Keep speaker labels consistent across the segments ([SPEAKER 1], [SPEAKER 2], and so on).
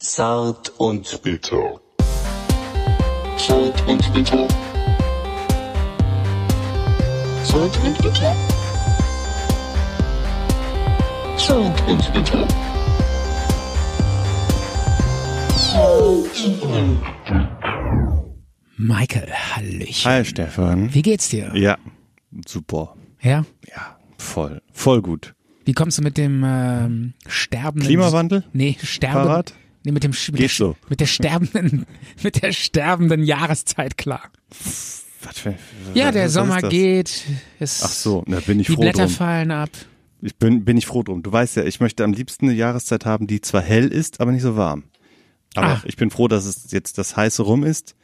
[SPEAKER 1] Zart und
[SPEAKER 2] bitter,
[SPEAKER 1] zart und bitter. Zart und bitter. Zart und bitter.
[SPEAKER 3] Michael, hallig.
[SPEAKER 4] Hi Stefan.
[SPEAKER 3] Wie geht's dir?
[SPEAKER 4] Ja, super.
[SPEAKER 3] Ja?
[SPEAKER 4] Ja, voll. Voll gut.
[SPEAKER 3] Wie kommst du mit dem ähm, sterbenden
[SPEAKER 4] Klimawandel?
[SPEAKER 3] Nee, sterben.
[SPEAKER 4] Parat?
[SPEAKER 3] Nee, mit dem Sch- mit
[SPEAKER 4] Geht
[SPEAKER 3] der,
[SPEAKER 4] so.
[SPEAKER 3] mit der sterbenden mit der sterbenden Jahreszeit klar.
[SPEAKER 4] Was für,
[SPEAKER 3] Ja,
[SPEAKER 4] was
[SPEAKER 3] der
[SPEAKER 4] ist
[SPEAKER 3] Sommer
[SPEAKER 4] das?
[SPEAKER 3] geht. Es,
[SPEAKER 4] Ach so, da bin ich
[SPEAKER 3] Die
[SPEAKER 4] froh
[SPEAKER 3] Blätter
[SPEAKER 4] drum.
[SPEAKER 3] fallen ab.
[SPEAKER 4] Ich bin, bin ich froh drum. Du weißt ja, ich möchte am liebsten eine Jahreszeit haben, die zwar hell ist, aber nicht so warm. Aber
[SPEAKER 3] Ah.
[SPEAKER 4] ich bin froh, dass es jetzt das heiße rum ist,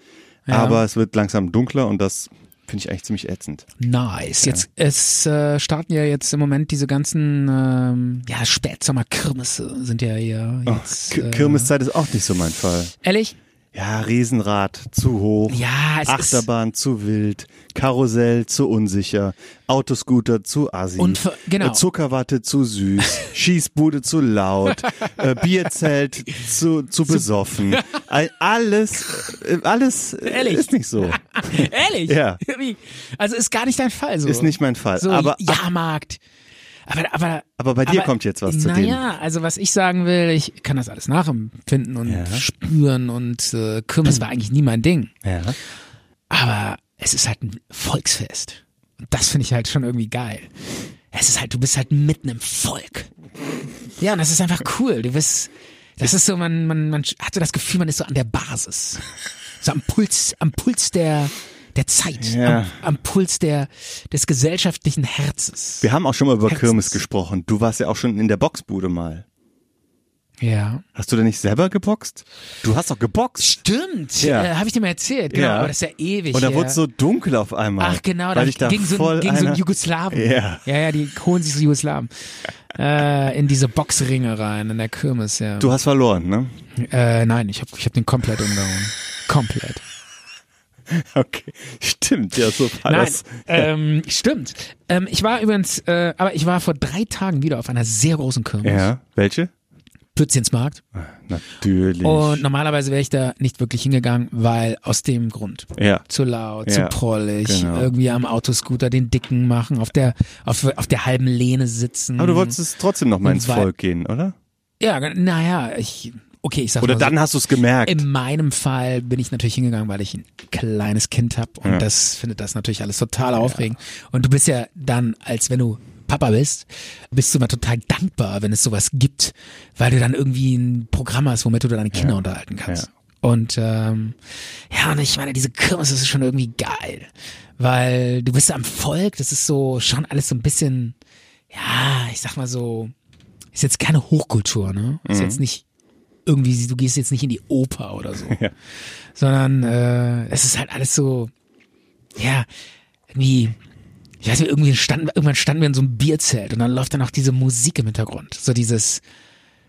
[SPEAKER 4] aber es wird langsam dunkler und das finde ich eigentlich ziemlich ätzend.
[SPEAKER 3] Nice. Jetzt es äh, starten ja jetzt im Moment diese ganzen ähm, ja Spätsommerkirmesse sind ja hier jetzt.
[SPEAKER 4] K
[SPEAKER 3] äh,
[SPEAKER 4] Kirmeszeit ist auch nicht so mein Fall.
[SPEAKER 3] Ehrlich?
[SPEAKER 4] Ja, Riesenrad zu hoch.
[SPEAKER 3] Ja, es ist
[SPEAKER 4] Achterbahn zu wild, Karussell zu unsicher, Autoscooter zu assi,
[SPEAKER 3] Und ver- genau.
[SPEAKER 4] äh, Zuckerwatte zu süß, Schießbude zu laut, äh, Bierzelt zu, zu besoffen. All- Alles, äh, alles äh,
[SPEAKER 3] Ehrlich?
[SPEAKER 4] ist nicht so.
[SPEAKER 3] Ah, Ehrlich?
[SPEAKER 4] Ja.
[SPEAKER 3] Wie? Also ist gar nicht dein Fall so.
[SPEAKER 4] Ist nicht mein Fall.
[SPEAKER 3] so
[SPEAKER 4] aber,
[SPEAKER 3] Jahrmarkt. Aber, aber,
[SPEAKER 4] aber bei dir kommt jetzt was zu dem.
[SPEAKER 3] Naja, also was ich sagen will, ich kann das alles nachempfinden und spüren und äh, Kirmes war eigentlich nie mein Ding.
[SPEAKER 4] Ja.
[SPEAKER 3] Aber es ist halt ein Volksfest. Und das finde ich halt schon irgendwie geil. Es ist halt, du bist halt mitten im Volk. Ja, und das ist einfach cool. Du bist, das ist so, man, man, man hat so das Gefühl, man ist so an der Basis. So am Puls, am Puls der, der Zeit.
[SPEAKER 4] Ja.
[SPEAKER 3] Am, am Puls der, des gesellschaftlichen Herzes.
[SPEAKER 4] Wir haben auch schon mal über
[SPEAKER 3] Herzens.
[SPEAKER 4] Kirmes gesprochen. Du warst ja auch schon in der Boxbude mal.
[SPEAKER 3] Ja.
[SPEAKER 4] Hast du denn nicht selber geboxt? Du hast doch geboxt.
[SPEAKER 3] Stimmt,
[SPEAKER 4] Ja.
[SPEAKER 3] äh, habe ich dir mal erzählt, genau,
[SPEAKER 4] Ja.
[SPEAKER 3] aber das ist ja ewig.
[SPEAKER 4] Und da
[SPEAKER 3] her.
[SPEAKER 4] wurde es so dunkel auf einmal.
[SPEAKER 3] Ach genau,
[SPEAKER 4] weil ich da
[SPEAKER 3] ging, so,
[SPEAKER 4] voll
[SPEAKER 3] ein- ging so ein
[SPEAKER 4] einer-
[SPEAKER 3] Jugoslawen.
[SPEAKER 4] Ja.
[SPEAKER 3] ja, ja, die holen sich so Jugoslawen äh, in diese Boxringe rein, in der Kirmes, ja.
[SPEAKER 4] Du hast verloren, ne?
[SPEAKER 3] Äh, nein, ich habe ich hab den komplett umgehauen. Komplett.
[SPEAKER 4] Okay, stimmt, ja, so war
[SPEAKER 3] Nein,
[SPEAKER 4] das.
[SPEAKER 3] ähm, stimmt. Ähm, ich war übrigens, äh, aber ich war vor drei Tagen wieder auf einer sehr großen Kirmes,
[SPEAKER 4] Ja, welche?
[SPEAKER 3] Pützinsmarkt.
[SPEAKER 4] Natürlich.
[SPEAKER 3] Und normalerweise wäre ich da nicht wirklich hingegangen, weil aus dem Grund.
[SPEAKER 4] ja,
[SPEAKER 3] zu laut,
[SPEAKER 4] Ja,
[SPEAKER 3] zu prollig,
[SPEAKER 4] genau.
[SPEAKER 3] irgendwie am Autoscooter den Dicken machen, auf der, auf, auf der halben Lehne sitzen.
[SPEAKER 4] aber du wolltest es trotzdem noch mal
[SPEAKER 3] Und
[SPEAKER 4] ins
[SPEAKER 3] wei-
[SPEAKER 4] Volk gehen, oder?
[SPEAKER 3] Ja, ge- naja, ich, okay, ich sag
[SPEAKER 4] Oder
[SPEAKER 3] mal so,
[SPEAKER 4] dann hast du es gemerkt.
[SPEAKER 3] In meinem Fall bin ich natürlich hingegangen, weil ich ein kleines Kind habe und das findet das natürlich alles total aufregend. Und du bist ja dann, als wenn du Papa bist, bist du mal total dankbar, wenn es sowas gibt, weil du dann irgendwie ein Programm hast, womit du deine Kinder unterhalten kannst.
[SPEAKER 4] Ja.
[SPEAKER 3] Und ähm, ja, und ich meine, diese Kirmes das ist schon irgendwie geil, weil du bist am Volk, das ist so schon alles so ein bisschen, ja, ich sag mal so, ist jetzt keine Hochkultur, ne?
[SPEAKER 4] Mhm.
[SPEAKER 3] Ist jetzt nicht irgendwie, du gehst jetzt nicht in die Oper oder so,
[SPEAKER 4] Ja.
[SPEAKER 3] sondern äh, es ist halt alles so, ja, irgendwie, ich weiß nicht, irgendwie standen, wir- irgendwann standen wir in so einem Bierzelt und dann läuft dann auch diese Musik im Hintergrund, so dieses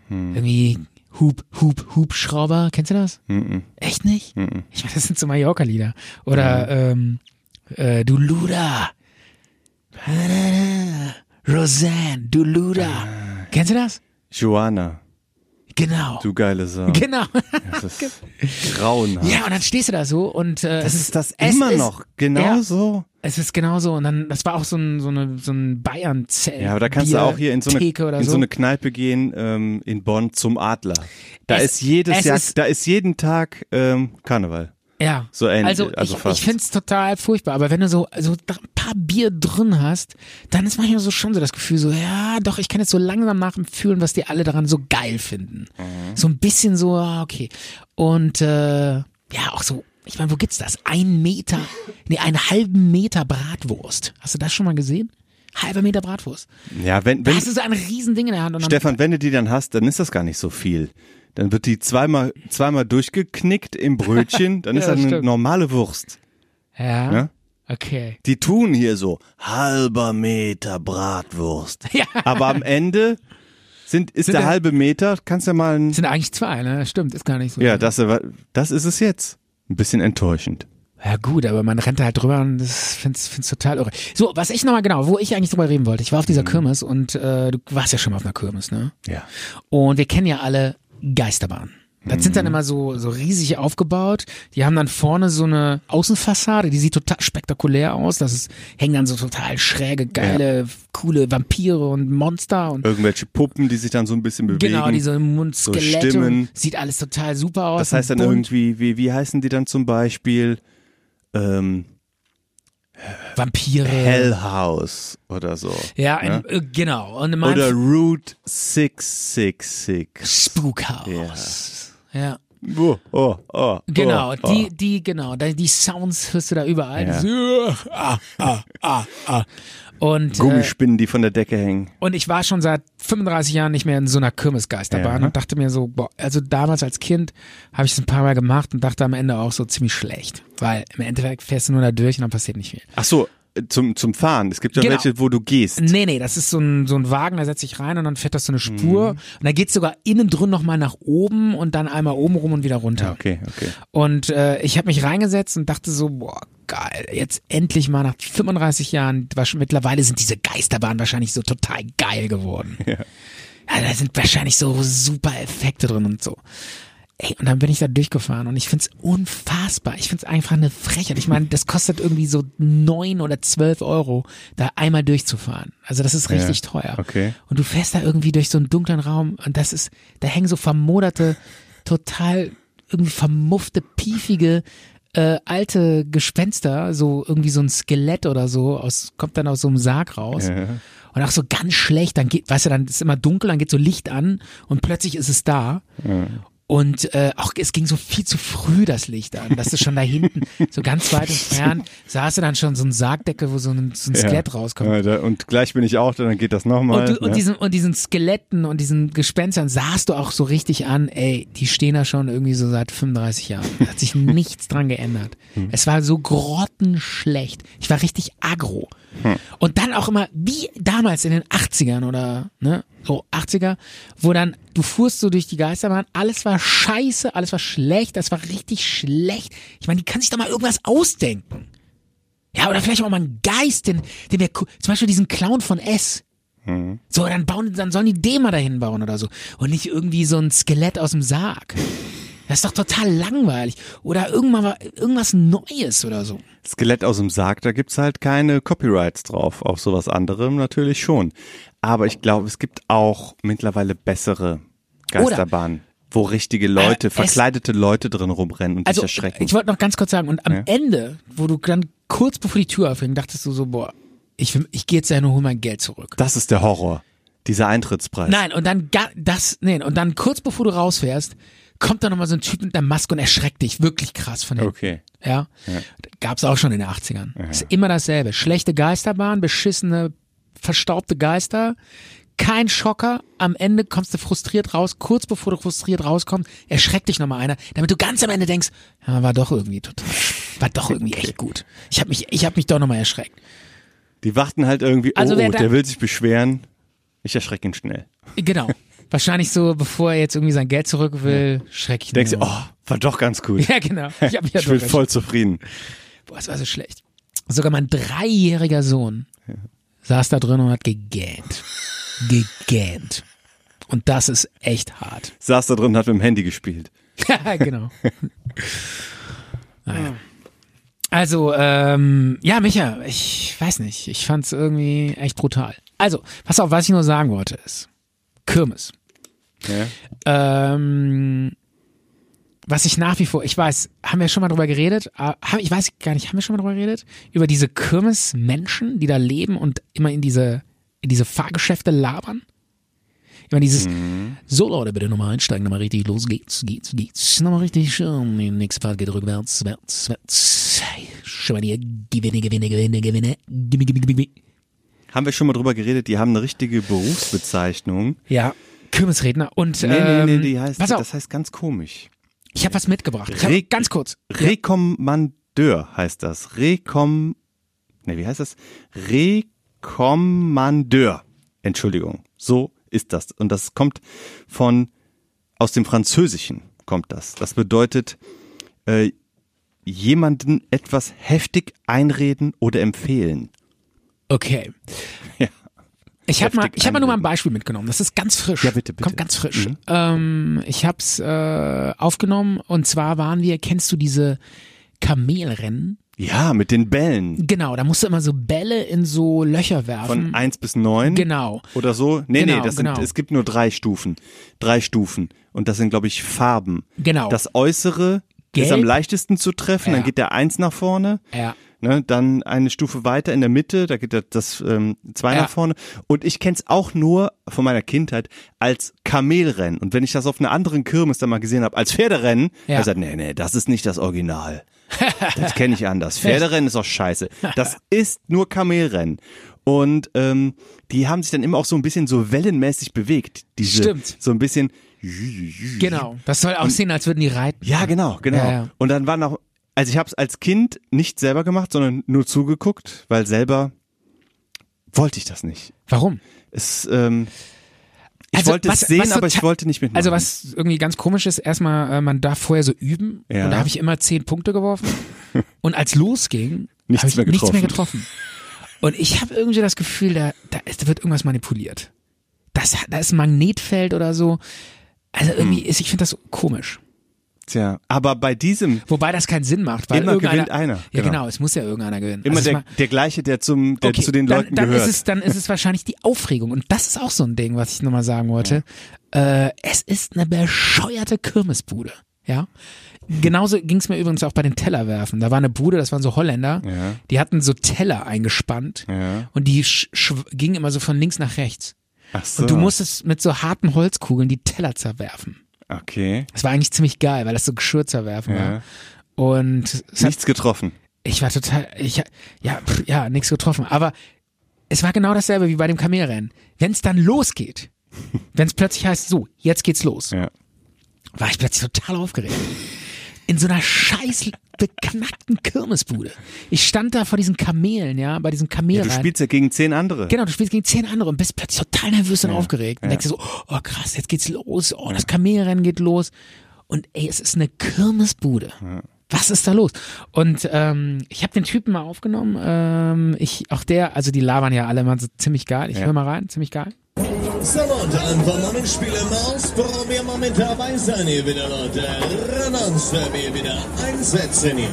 [SPEAKER 4] Hm.
[SPEAKER 3] irgendwie Hub, Hub, Hubschrauber, kennst du das? Echt nicht? Ich meine, das sind so Mallorca-Lieder oder ähm, äh, Du Luda, Roseanne, Du Luda, kennst du das?
[SPEAKER 4] Joanna,
[SPEAKER 3] Genau.
[SPEAKER 4] Ah. du geile Sau.
[SPEAKER 3] Genau.
[SPEAKER 4] Das ist grauenhaft.
[SPEAKER 3] Ja, und dann stehst du da so und äh,
[SPEAKER 4] Das ist das
[SPEAKER 3] es
[SPEAKER 4] immer
[SPEAKER 3] ist-
[SPEAKER 4] noch, genau
[SPEAKER 3] ja.
[SPEAKER 4] so.
[SPEAKER 3] Es ist genauso und dann das war auch so ein so eine so ein Bayern Zelt.
[SPEAKER 4] Ja, aber da kannst du auch hier in so eine,
[SPEAKER 3] Theke oder
[SPEAKER 4] in
[SPEAKER 3] so.
[SPEAKER 4] so eine Kneipe gehen ähm, in Bonn zum Adler. Da
[SPEAKER 3] Es-
[SPEAKER 4] ist jedes
[SPEAKER 3] es
[SPEAKER 4] Jahr,
[SPEAKER 3] ist-
[SPEAKER 4] da ist jeden Tag ähm, Karneval.
[SPEAKER 3] ja.
[SPEAKER 4] so ähnlich,
[SPEAKER 3] Also,
[SPEAKER 4] also
[SPEAKER 3] ich,
[SPEAKER 4] fast.
[SPEAKER 3] ich find's total furchtbar, aber wenn du so so da ein paar Bier drin hast, dann ist manchmal so schon so das Gefühl so ja, doch ich kann jetzt so langsam nachempfühlen, was die alle daran so geil finden.
[SPEAKER 4] Mhm.
[SPEAKER 3] So ein bisschen so ah, okay und äh, ja auch so. Ich meine, wo gibt's das? Ein Meter, nee, einen halben Meter Bratwurst. Hast du das schon mal gesehen? Halber Meter Bratwurst.
[SPEAKER 4] Ja, wenn,
[SPEAKER 3] Da
[SPEAKER 4] wenn,
[SPEAKER 3] hast du so ein Riesending in der Hand und dann
[SPEAKER 4] Stefan, wenn du die dann hast, dann ist das gar nicht so viel. Dann wird die zweimal, zweimal durchgeknickt im Brötchen, dann ist
[SPEAKER 3] Ja,
[SPEAKER 4] das eine
[SPEAKER 3] stimmt.
[SPEAKER 4] normale Wurst.
[SPEAKER 3] Ja.
[SPEAKER 4] Ja?
[SPEAKER 3] Okay.
[SPEAKER 4] Die tun hier so halber Meter Bratwurst.
[SPEAKER 3] Ja.
[SPEAKER 4] Aber am Ende sind, ist der
[SPEAKER 3] da-
[SPEAKER 4] halbe Meter, kannst du mal ein,
[SPEAKER 3] Das sind eigentlich zwei, ne? Stimmt, ist gar nicht so.
[SPEAKER 4] ja, das, äh, das ist es jetzt. Ein bisschen enttäuschend.
[SPEAKER 3] Ja, gut, aber man rennt da halt drüber und das find's, find's total irre. So, was ich nochmal genau, wo ich eigentlich drüber reden wollte. Ich war auf
[SPEAKER 4] Mhm.
[SPEAKER 3] dieser Kirmes und äh, du warst ja schon mal auf einer Kirmes, ne?
[SPEAKER 4] Ja.
[SPEAKER 3] Und wir kennen ja alle Geisterbahn. Das sind dann
[SPEAKER 4] Mhm.
[SPEAKER 3] immer so, so riesig aufgebaut. Die haben dann vorne so eine Außenfassade, die sieht total spektakulär aus. Das ist, hängen dann so total schräge, geile, coole Vampire und Monster und
[SPEAKER 4] Irgendwelche Puppen, die sich dann Äh, so ein bisschen bewegen.
[SPEAKER 3] genau, diese Mundskelette.
[SPEAKER 4] Stimmen.
[SPEAKER 3] und sieht alles total super aus.
[SPEAKER 4] Das heißt
[SPEAKER 3] und
[SPEAKER 4] dann
[SPEAKER 3] bunt.
[SPEAKER 4] irgendwie, wie, wie heißen die dann zum Beispiel? Ähm,
[SPEAKER 3] Vampire.
[SPEAKER 4] Hellhouse oder so.
[SPEAKER 3] Ja, ein,
[SPEAKER 4] ne?
[SPEAKER 3] äh, genau. Und in meinem
[SPEAKER 4] Oder Route 666.
[SPEAKER 3] Spukhaus. Ja.
[SPEAKER 4] Oh, oh, oh,
[SPEAKER 3] Genau,
[SPEAKER 4] oh, oh.
[SPEAKER 3] die, die, genau, da- die Sounds hörst du da überall.
[SPEAKER 4] Ja.
[SPEAKER 3] So, ah, ah, ah, ah. Und, äh,
[SPEAKER 4] Gummispinnen, die von der Decke hängen.
[SPEAKER 3] und ich war schon seit 35 Jahren nicht mehr in so einer Kirmesgeisterbahn
[SPEAKER 4] Ja.
[SPEAKER 3] und dachte mir so, boah, also damals als Kind habe ich es ein paar Mal gemacht und dachte am Ende auch so ziemlich schlecht. Weil im Endeffekt fährst du nur da durch und dann passiert nicht viel.
[SPEAKER 4] Ach so, äh, zum, zum Fahren. Es gibt ja
[SPEAKER 3] Genau.
[SPEAKER 4] welche, wo du gehst.
[SPEAKER 3] Nee, nee, das ist so ein, so ein Wagen, da setzt sich rein und dann fährt das so eine
[SPEAKER 4] Mhm.
[SPEAKER 3] Spur. Und da geht's sogar innen drin nochmal nach oben und dann einmal oben rum und wieder runter.
[SPEAKER 4] Okay, okay.
[SPEAKER 3] Und äh, ich habe mich reingesetzt und dachte so, boah, geil, jetzt endlich mal nach 35 Jahren, wasch- mittlerweile sind diese Geisterbahnen wahrscheinlich so total geil geworden. Ja. da sind wahrscheinlich so super Effekte drin und so. Ey, und dann bin ich da durchgefahren und ich find's unfassbar. Ich find's einfach eine Frechheit. Ich meine, das kostet irgendwie so neun oder zwölf Euro, da einmal durchzufahren. Also das ist richtig
[SPEAKER 4] Ja,
[SPEAKER 3] teuer.
[SPEAKER 4] okay.
[SPEAKER 3] Und du fährst da irgendwie durch so einen dunklen Raum und das ist, da hängen so vermoderte, total irgendwie vermuffte, piefige, äh, alte Gespenster, so irgendwie so ein Skelett oder so, aus, kommt dann aus so einem Sarg raus. Und auch so ganz schlecht, dann geht, weißt du, dann ist immer dunkel, dann geht so Licht an und plötzlich ist es da. Und äh, auch es ging so viel zu früh das Licht an, dass du schon da hinten, so ganz weit entfernt, saß du dann schon so ein Sargdeckel, wo so ein, so ein Skelett rauskommt.
[SPEAKER 4] Ja, da, und gleich bin ich auch, da, dann geht das nochmal.
[SPEAKER 3] Und, du, und,
[SPEAKER 4] ne?
[SPEAKER 3] diesen, und diesen Skeletten und diesen Gespenstern sahst du auch so richtig an, ey, die stehen da schon irgendwie so seit 35 Jahren. Da hat sich nichts dran geändert. Es war so grottenschlecht. Ich war richtig aggro. Und dann auch immer, wie damals in den 80ern oder, ne, so 80er, wo dann, du fuhrst so durch die Geisterbahn, alles war scheiße, alles war schlecht, das war richtig schlecht. Ich meine, die kann sich doch mal irgendwas ausdenken. Ja, oder vielleicht auch mal einen Geist, den, den wir, zum Beispiel diesen Clown von S. So, dann bauen, dann sollen die den mal dahin bauen oder so. Und nicht irgendwie so ein Skelett aus dem Sarg. Das ist doch total langweilig. Oder irgendwann war irgendwas Neues oder so.
[SPEAKER 4] Skelett aus dem Sarg, da gibt's halt keine Copyrights drauf. Auf sowas anderem natürlich schon. Aber ich glaube, es gibt auch mittlerweile bessere Geisterbahnen, wo richtige
[SPEAKER 3] Äh,
[SPEAKER 4] Leute,
[SPEAKER 3] es-
[SPEAKER 4] verkleidete Leute drin rumrennen und
[SPEAKER 3] Also,
[SPEAKER 4] sich erschrecken.
[SPEAKER 3] ich wollte noch ganz kurz sagen, und am
[SPEAKER 4] Ja.
[SPEAKER 3] Ende, wo du dann kurz bevor die Tür aufging, dachtest du so, boah, ich, will- ich gehe jetzt ja nur hol mein Geld zurück.
[SPEAKER 4] das ist der Horror, dieser Eintrittspreis.
[SPEAKER 3] Nein, und dann ga- das, nee, und dann kurz bevor du rausfährst, kommt da nochmal so ein Typ mit einer Maske und erschreckt dich wirklich krass von hinten.
[SPEAKER 4] Okay.
[SPEAKER 3] Ja. Gab's auch schon in den 80ern. Ist immer dasselbe. Schlechte Geisterbahn, beschissene, verstaubte Geister. Kein Schocker. Am Ende kommst du frustriert raus. Kurz bevor du frustriert rauskommst, erschreckt dich nochmal einer, damit du ganz am Ende denkst, ja, war doch irgendwie total, war doch irgendwie echt gut. Ich habe mich, ich habe mich doch nochmal erschreckt.
[SPEAKER 4] Die warten halt irgendwie,
[SPEAKER 3] Also
[SPEAKER 4] oh,
[SPEAKER 3] wer
[SPEAKER 4] oh,
[SPEAKER 3] da-
[SPEAKER 4] der will sich beschweren. Ich erschrecke ihn schnell.
[SPEAKER 3] Genau. Wahrscheinlich so, bevor er jetzt irgendwie sein Geld zurück will, schreck ich
[SPEAKER 4] Denkst du,
[SPEAKER 3] ihn
[SPEAKER 4] oh, war doch ganz gut.
[SPEAKER 3] Ja, genau. Ich, hab mich ja
[SPEAKER 4] ich bin
[SPEAKER 3] doch
[SPEAKER 4] voll zufrieden.
[SPEAKER 3] Boah, es war so schlecht. Sogar mein dreijähriger Sohn saß da drin und hat gegähnt. gegähnt. Und das ist echt hart.
[SPEAKER 4] Saß da drin und hat mit dem Handy gespielt.
[SPEAKER 3] Ja, genau. naja. Also, ähm, ja, Micha, ich weiß nicht. Ich fand es irgendwie echt brutal. Also, pass auf, was ich nur sagen wollte ist, Kirmes.
[SPEAKER 4] Ja.
[SPEAKER 3] Ähm, was ich nach wie vor, ich weiß, haben wir schon mal drüber geredet? Ah, hab- Ich weiß gar nicht, haben wir schon mal drüber geredet? Über diese Kirmesmenschen, die da leben und immer in diese, in diese Fahrgeschäfte labern? Immer dieses,
[SPEAKER 4] Mhm.
[SPEAKER 3] so Leute, bitte nochmal einsteigen, nochmal richtig, los geht's, geht's, geht's, nochmal richtig schön, die nächste Fahrt geht rückwärts, wärts, wärts, schon mal hier, gewinne, gewinne, gewinne, gewinne, gimme, gimme, gimme, gimme.
[SPEAKER 4] Haben wir schon mal drüber geredet, die haben eine richtige Berufsbezeichnung.
[SPEAKER 3] Ja, Kirmesredner und,
[SPEAKER 4] Nee, nee,
[SPEAKER 3] ähm,
[SPEAKER 4] nee, die heißt,
[SPEAKER 3] pass auf,
[SPEAKER 4] das heißt ganz komisch.
[SPEAKER 3] ich habe was mitgebracht, ich hab,
[SPEAKER 4] Reg-
[SPEAKER 3] ganz kurz.
[SPEAKER 4] Rekommandeur heißt das. Rekom. Ne, wie heißt das? Rekommandeur. Entschuldigung. So ist das. Und das kommt von. Aus dem Französischen kommt das. Das bedeutet, äh, jemanden etwas heftig einreden oder empfehlen.
[SPEAKER 3] Okay.
[SPEAKER 4] Ja.
[SPEAKER 3] Ich habe mal,
[SPEAKER 4] heftig
[SPEAKER 3] ich habe mal nur mal ein
[SPEAKER 4] einbilden.
[SPEAKER 3] Beispiel mitgenommen. Das ist ganz frisch.
[SPEAKER 4] Ja, bitte, Mhm. bitte.
[SPEAKER 3] Kommt ganz frisch. Ähm, ich habe es äh, aufgenommen und zwar waren wir, kennst du diese Kamelrennen?
[SPEAKER 4] Ja, mit den Bällen.
[SPEAKER 3] Genau, da musst du immer so Bälle in so Löcher werfen.
[SPEAKER 4] Von 1 bis 9.
[SPEAKER 3] Mhm. Genau.
[SPEAKER 4] Oder so. Nee,
[SPEAKER 3] Genau,
[SPEAKER 4] nee, das
[SPEAKER 3] genau.
[SPEAKER 4] sind, es gibt nur drei Stufen. Drei Stufen. Und das sind, glaube ich, Farben.
[SPEAKER 3] Genau.
[SPEAKER 4] Das Äußere
[SPEAKER 3] Gelb.
[SPEAKER 4] ist am leichtesten zu treffen.
[SPEAKER 3] Ja.
[SPEAKER 4] Dann geht der 1 nach vorne.
[SPEAKER 3] Ja.
[SPEAKER 4] Ne, dann eine Stufe weiter in der Mitte, da geht das- das ähm, zwei
[SPEAKER 3] Ja.
[SPEAKER 4] nach vorne. Und ich kenn's auch nur von meiner Kindheit als Kamelrennen. Und wenn ich das auf einer anderen Kirmes dann mal gesehen habe, als
[SPEAKER 3] Ja.
[SPEAKER 4] Pferderennen, ja. hab ich gesagt, nee, nee, das ist nicht das Original. Das kenne ich anders. Pferderennen ist auch scheiße. Das ist nur Kamelrennen. Und ähm, die haben sich dann immer auch so ein bisschen so wellenmäßig bewegt. Diese,
[SPEAKER 3] Stimmt.
[SPEAKER 4] So ein bisschen.
[SPEAKER 3] Genau. Das soll aussehen, als würden die reiten.
[SPEAKER 4] Ja, genau, genau.
[SPEAKER 3] Ja, ja.
[SPEAKER 4] Und dann war noch, also ich habe es als Kind nicht selber gemacht, sondern nur zugeguckt, weil selber wollte ich das nicht.
[SPEAKER 3] Warum?
[SPEAKER 4] Es, ähm, ich
[SPEAKER 3] Also,
[SPEAKER 4] wollte es
[SPEAKER 3] was-
[SPEAKER 4] sehen,
[SPEAKER 3] was
[SPEAKER 4] aber ich
[SPEAKER 3] total-
[SPEAKER 4] wollte nicht mitmachen.
[SPEAKER 3] Also was irgendwie ganz komisch ist, erstmal, äh, man darf vorher so üben
[SPEAKER 4] Ja.
[SPEAKER 3] und da habe ich immer zehn Punkte geworfen und als losging,
[SPEAKER 4] Nichts
[SPEAKER 3] habe ich
[SPEAKER 4] mehr
[SPEAKER 3] nichts mehr
[SPEAKER 4] getroffen.
[SPEAKER 3] getroffen. Und ich habe irgendwie das Gefühl, da, da, ist, da wird irgendwas manipuliert. Das, da ist ein Magnetfeld oder so. Also irgendwie
[SPEAKER 4] Hm.
[SPEAKER 3] ist, ich finde das komisch.
[SPEAKER 4] Tja, aber bei diesem
[SPEAKER 3] Wobei das keinen Sinn macht, weil
[SPEAKER 4] Immer
[SPEAKER 3] irgendeiner,
[SPEAKER 4] gewinnt einer,
[SPEAKER 3] Ja, genau.
[SPEAKER 4] genau.
[SPEAKER 3] es muss ja irgendeiner gewinnen.
[SPEAKER 4] immer
[SPEAKER 3] Also ich
[SPEAKER 4] der,
[SPEAKER 3] mein-
[SPEAKER 4] der gleiche, der zum, der
[SPEAKER 3] Okay,
[SPEAKER 4] äh, zu den
[SPEAKER 3] dann,
[SPEAKER 4] Leuten
[SPEAKER 3] dann
[SPEAKER 4] gehört.
[SPEAKER 3] Ist es, dann ist es wahrscheinlich die Aufregung. Und das ist auch so ein Ding, was ich nochmal sagen wollte. Äh, es ist eine bescheuerte Kirmesbude. Ja. Genauso ging es mir übrigens auch bei den Tellerwerfen. Da war eine Bude, das waren so Holländer,
[SPEAKER 4] Ja.
[SPEAKER 3] die hatten so Teller eingespannt
[SPEAKER 4] Ja.
[SPEAKER 3] und die sch schw- gingen immer so von links nach rechts.
[SPEAKER 4] Ach so.
[SPEAKER 3] Und du musstest mit so harten Holzkugeln die Teller zerwerfen.
[SPEAKER 4] Okay.
[SPEAKER 3] Das war eigentlich ziemlich geil, weil das so Geschirr zerwerfen
[SPEAKER 4] Ja.
[SPEAKER 3] war. Und es hat
[SPEAKER 4] Nichts getroffen.
[SPEAKER 3] ich war total, ich, ja, pff, ja, nichts getroffen. Aber es war genau dasselbe wie bei dem Kamelrennen. Wenn es dann losgeht, wenn es plötzlich heißt, so, jetzt geht's los,
[SPEAKER 4] Ja.
[SPEAKER 3] war ich plötzlich total aufgeregt. In so einer scheiß beknackten Kirmesbude. Ich stand da vor diesen Kamelen, ja, bei diesem
[SPEAKER 4] ja
[SPEAKER 3] Kamelrennen.
[SPEAKER 4] du spielst ja gegen zehn andere.
[SPEAKER 3] Genau, du spielst gegen zehn andere und bist plötzlich total nervös und aufgeregt. Und
[SPEAKER 4] ja.
[SPEAKER 3] denkst dir so, oh krass, jetzt geht's los, oh, das Kamelrennen geht los. Und ey, es ist eine Kirmesbude. Was ist da los? Und ähm, ich habe den Typen mal aufgenommen. Ähm, ich, auch der, also die labern ja alle immer so ziemlich geil. Ich höre mal rein, ziemlich geil.
[SPEAKER 2] So Leute, ein paar Mannenspiele Maus, probieren wir mit dabei sein hier wieder, Leute. Ran ans wir wieder einsetzen hier.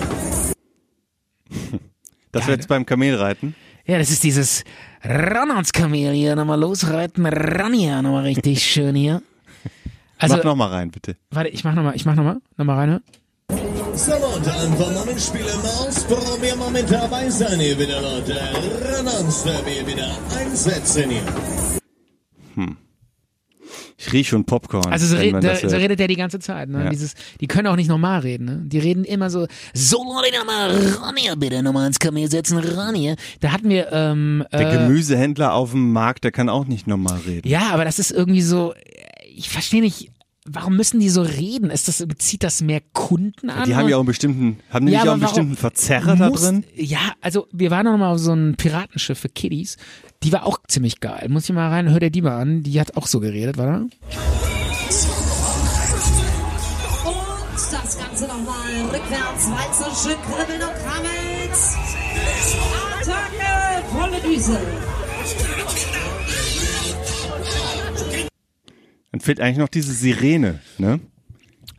[SPEAKER 4] Das wir jetzt beim Kamelreiten.
[SPEAKER 3] Ja, das ist dieses Ran ans Kamel hier, nochmal losreiten, ran hier, nochmal richtig schön hier. Also,
[SPEAKER 4] Mach noch mal rein, bitte.
[SPEAKER 3] warte, ich mach nochmal, ich mach nochmal, nochmal rein.
[SPEAKER 2] So Leute, ein paar Mannenspiele Maus, probieren wir mit dabei sein hier wieder, Leute. Ran ans wir wieder einsetzen hier.
[SPEAKER 4] Ich rieche schon Popcorn.
[SPEAKER 3] Also so,
[SPEAKER 4] wenn
[SPEAKER 3] red,
[SPEAKER 4] man
[SPEAKER 3] da,
[SPEAKER 4] das
[SPEAKER 3] so
[SPEAKER 4] hört.
[SPEAKER 3] redet der die ganze Zeit. Ne?
[SPEAKER 4] Ja.
[SPEAKER 3] Dieses, die können auch nicht normal reden. Ne? Die reden immer so, so Leute, nochmal ran hier bitte, nochmal ins Kamel setzen, ran hier. Da hatten wir, ähm,
[SPEAKER 4] der
[SPEAKER 3] äh,
[SPEAKER 4] Gemüsehändler auf dem Markt, der kann auch nicht normal reden.
[SPEAKER 3] ja, aber das ist irgendwie so, ich verstehe nicht, warum müssen die so reden? Ist das, zieht das mehr Kunden an?
[SPEAKER 4] Die haben ja auch einen bestimmten, haben die
[SPEAKER 3] Ja,
[SPEAKER 4] nicht
[SPEAKER 3] aber
[SPEAKER 4] auch einen
[SPEAKER 3] warum
[SPEAKER 4] bestimmten Verzerrer da
[SPEAKER 3] muss-
[SPEAKER 4] drin?
[SPEAKER 3] Ja, also wir waren noch mal auf so einem Piratenschiff für Kiddies. Die war auch ziemlich geil. Muss ich mal rein, hör dir die mal an. Die hat auch so geredet, warte.
[SPEAKER 5] Und das Ganze nochmal rückwärts, Walzer, Schritt, Kribbeln und Krammels. Attacke, volle Düse.
[SPEAKER 4] Dann fehlt eigentlich noch diese Sirene, ne?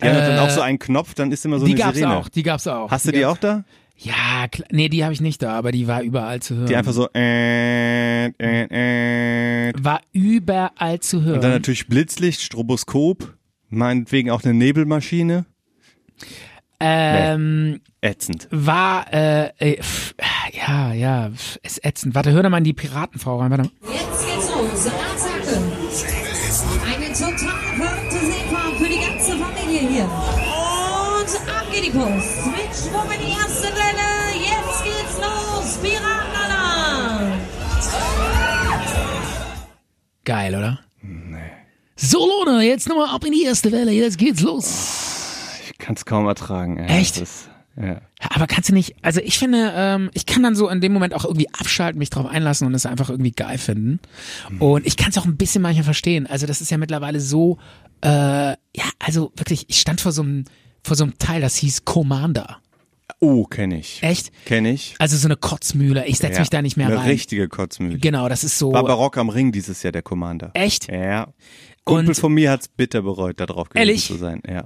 [SPEAKER 4] Die haben dann auch so einen Knopf, dann ist immer so
[SPEAKER 3] Äh, die
[SPEAKER 4] eine
[SPEAKER 3] gab's
[SPEAKER 4] Sirene.
[SPEAKER 3] auch, die gab's auch.
[SPEAKER 4] Hast du die
[SPEAKER 3] gab's-
[SPEAKER 4] auch da?
[SPEAKER 3] Ja, kla- nee, die habe ich nicht da, aber die war überall zu hören.
[SPEAKER 4] Die einfach so äh, äh, äh.
[SPEAKER 3] war überall zu hören.
[SPEAKER 4] Und dann natürlich Blitzlicht, Stroboskop, meinetwegen auch eine Nebelmaschine.
[SPEAKER 3] ähm,
[SPEAKER 4] Ätzend.
[SPEAKER 3] war äh, äh, pff, ja, ja, pff, ist ätzend. Warte, hör doch mal in die Piratenfrau rein. Warte mal.
[SPEAKER 5] Jetzt geht's los, Attacke. Eine total verrückte Seefahrt für die ganze Familie hier. Und ab geht die Post. Mit Schwung in die erste Welle. Jetzt geht's los, Piratenalarm.
[SPEAKER 3] Geil, oder? Nee. So, Lona, jetzt nochmal ab in die erste Welle. Jetzt geht's los.
[SPEAKER 4] Ich kann es kaum ertragen. ey.
[SPEAKER 3] Echt?
[SPEAKER 4] Das ist, ja.
[SPEAKER 3] Aber kannst du nicht, also ich finde, ähm, ich kann dann so in dem Moment auch irgendwie abschalten, mich drauf einlassen und es einfach irgendwie geil finden.
[SPEAKER 4] Hm.
[SPEAKER 3] Und ich kann es auch ein bisschen manchmal verstehen. Also das ist ja mittlerweile so, äh, ja, also wirklich, ich stand vor so einem, vor so einem Teil, das hieß Commander.
[SPEAKER 4] Oh, kenne ich.
[SPEAKER 3] Echt?
[SPEAKER 4] Kenne ich.
[SPEAKER 3] Also so eine Kotzmühle. Ich setze
[SPEAKER 4] Ja.
[SPEAKER 3] mich da nicht mehr
[SPEAKER 4] Eine
[SPEAKER 3] rein.
[SPEAKER 4] richtige Kotzmühle.
[SPEAKER 3] Genau, das ist so.
[SPEAKER 4] War bei Rock am Ring dieses Jahr der Commander.
[SPEAKER 3] Echt?
[SPEAKER 4] Ja. Kumpel
[SPEAKER 3] Und-
[SPEAKER 4] von mir hat's bitter bereut, da drauf gewesen
[SPEAKER 3] Ehrlich?
[SPEAKER 4] zu sein. Ja.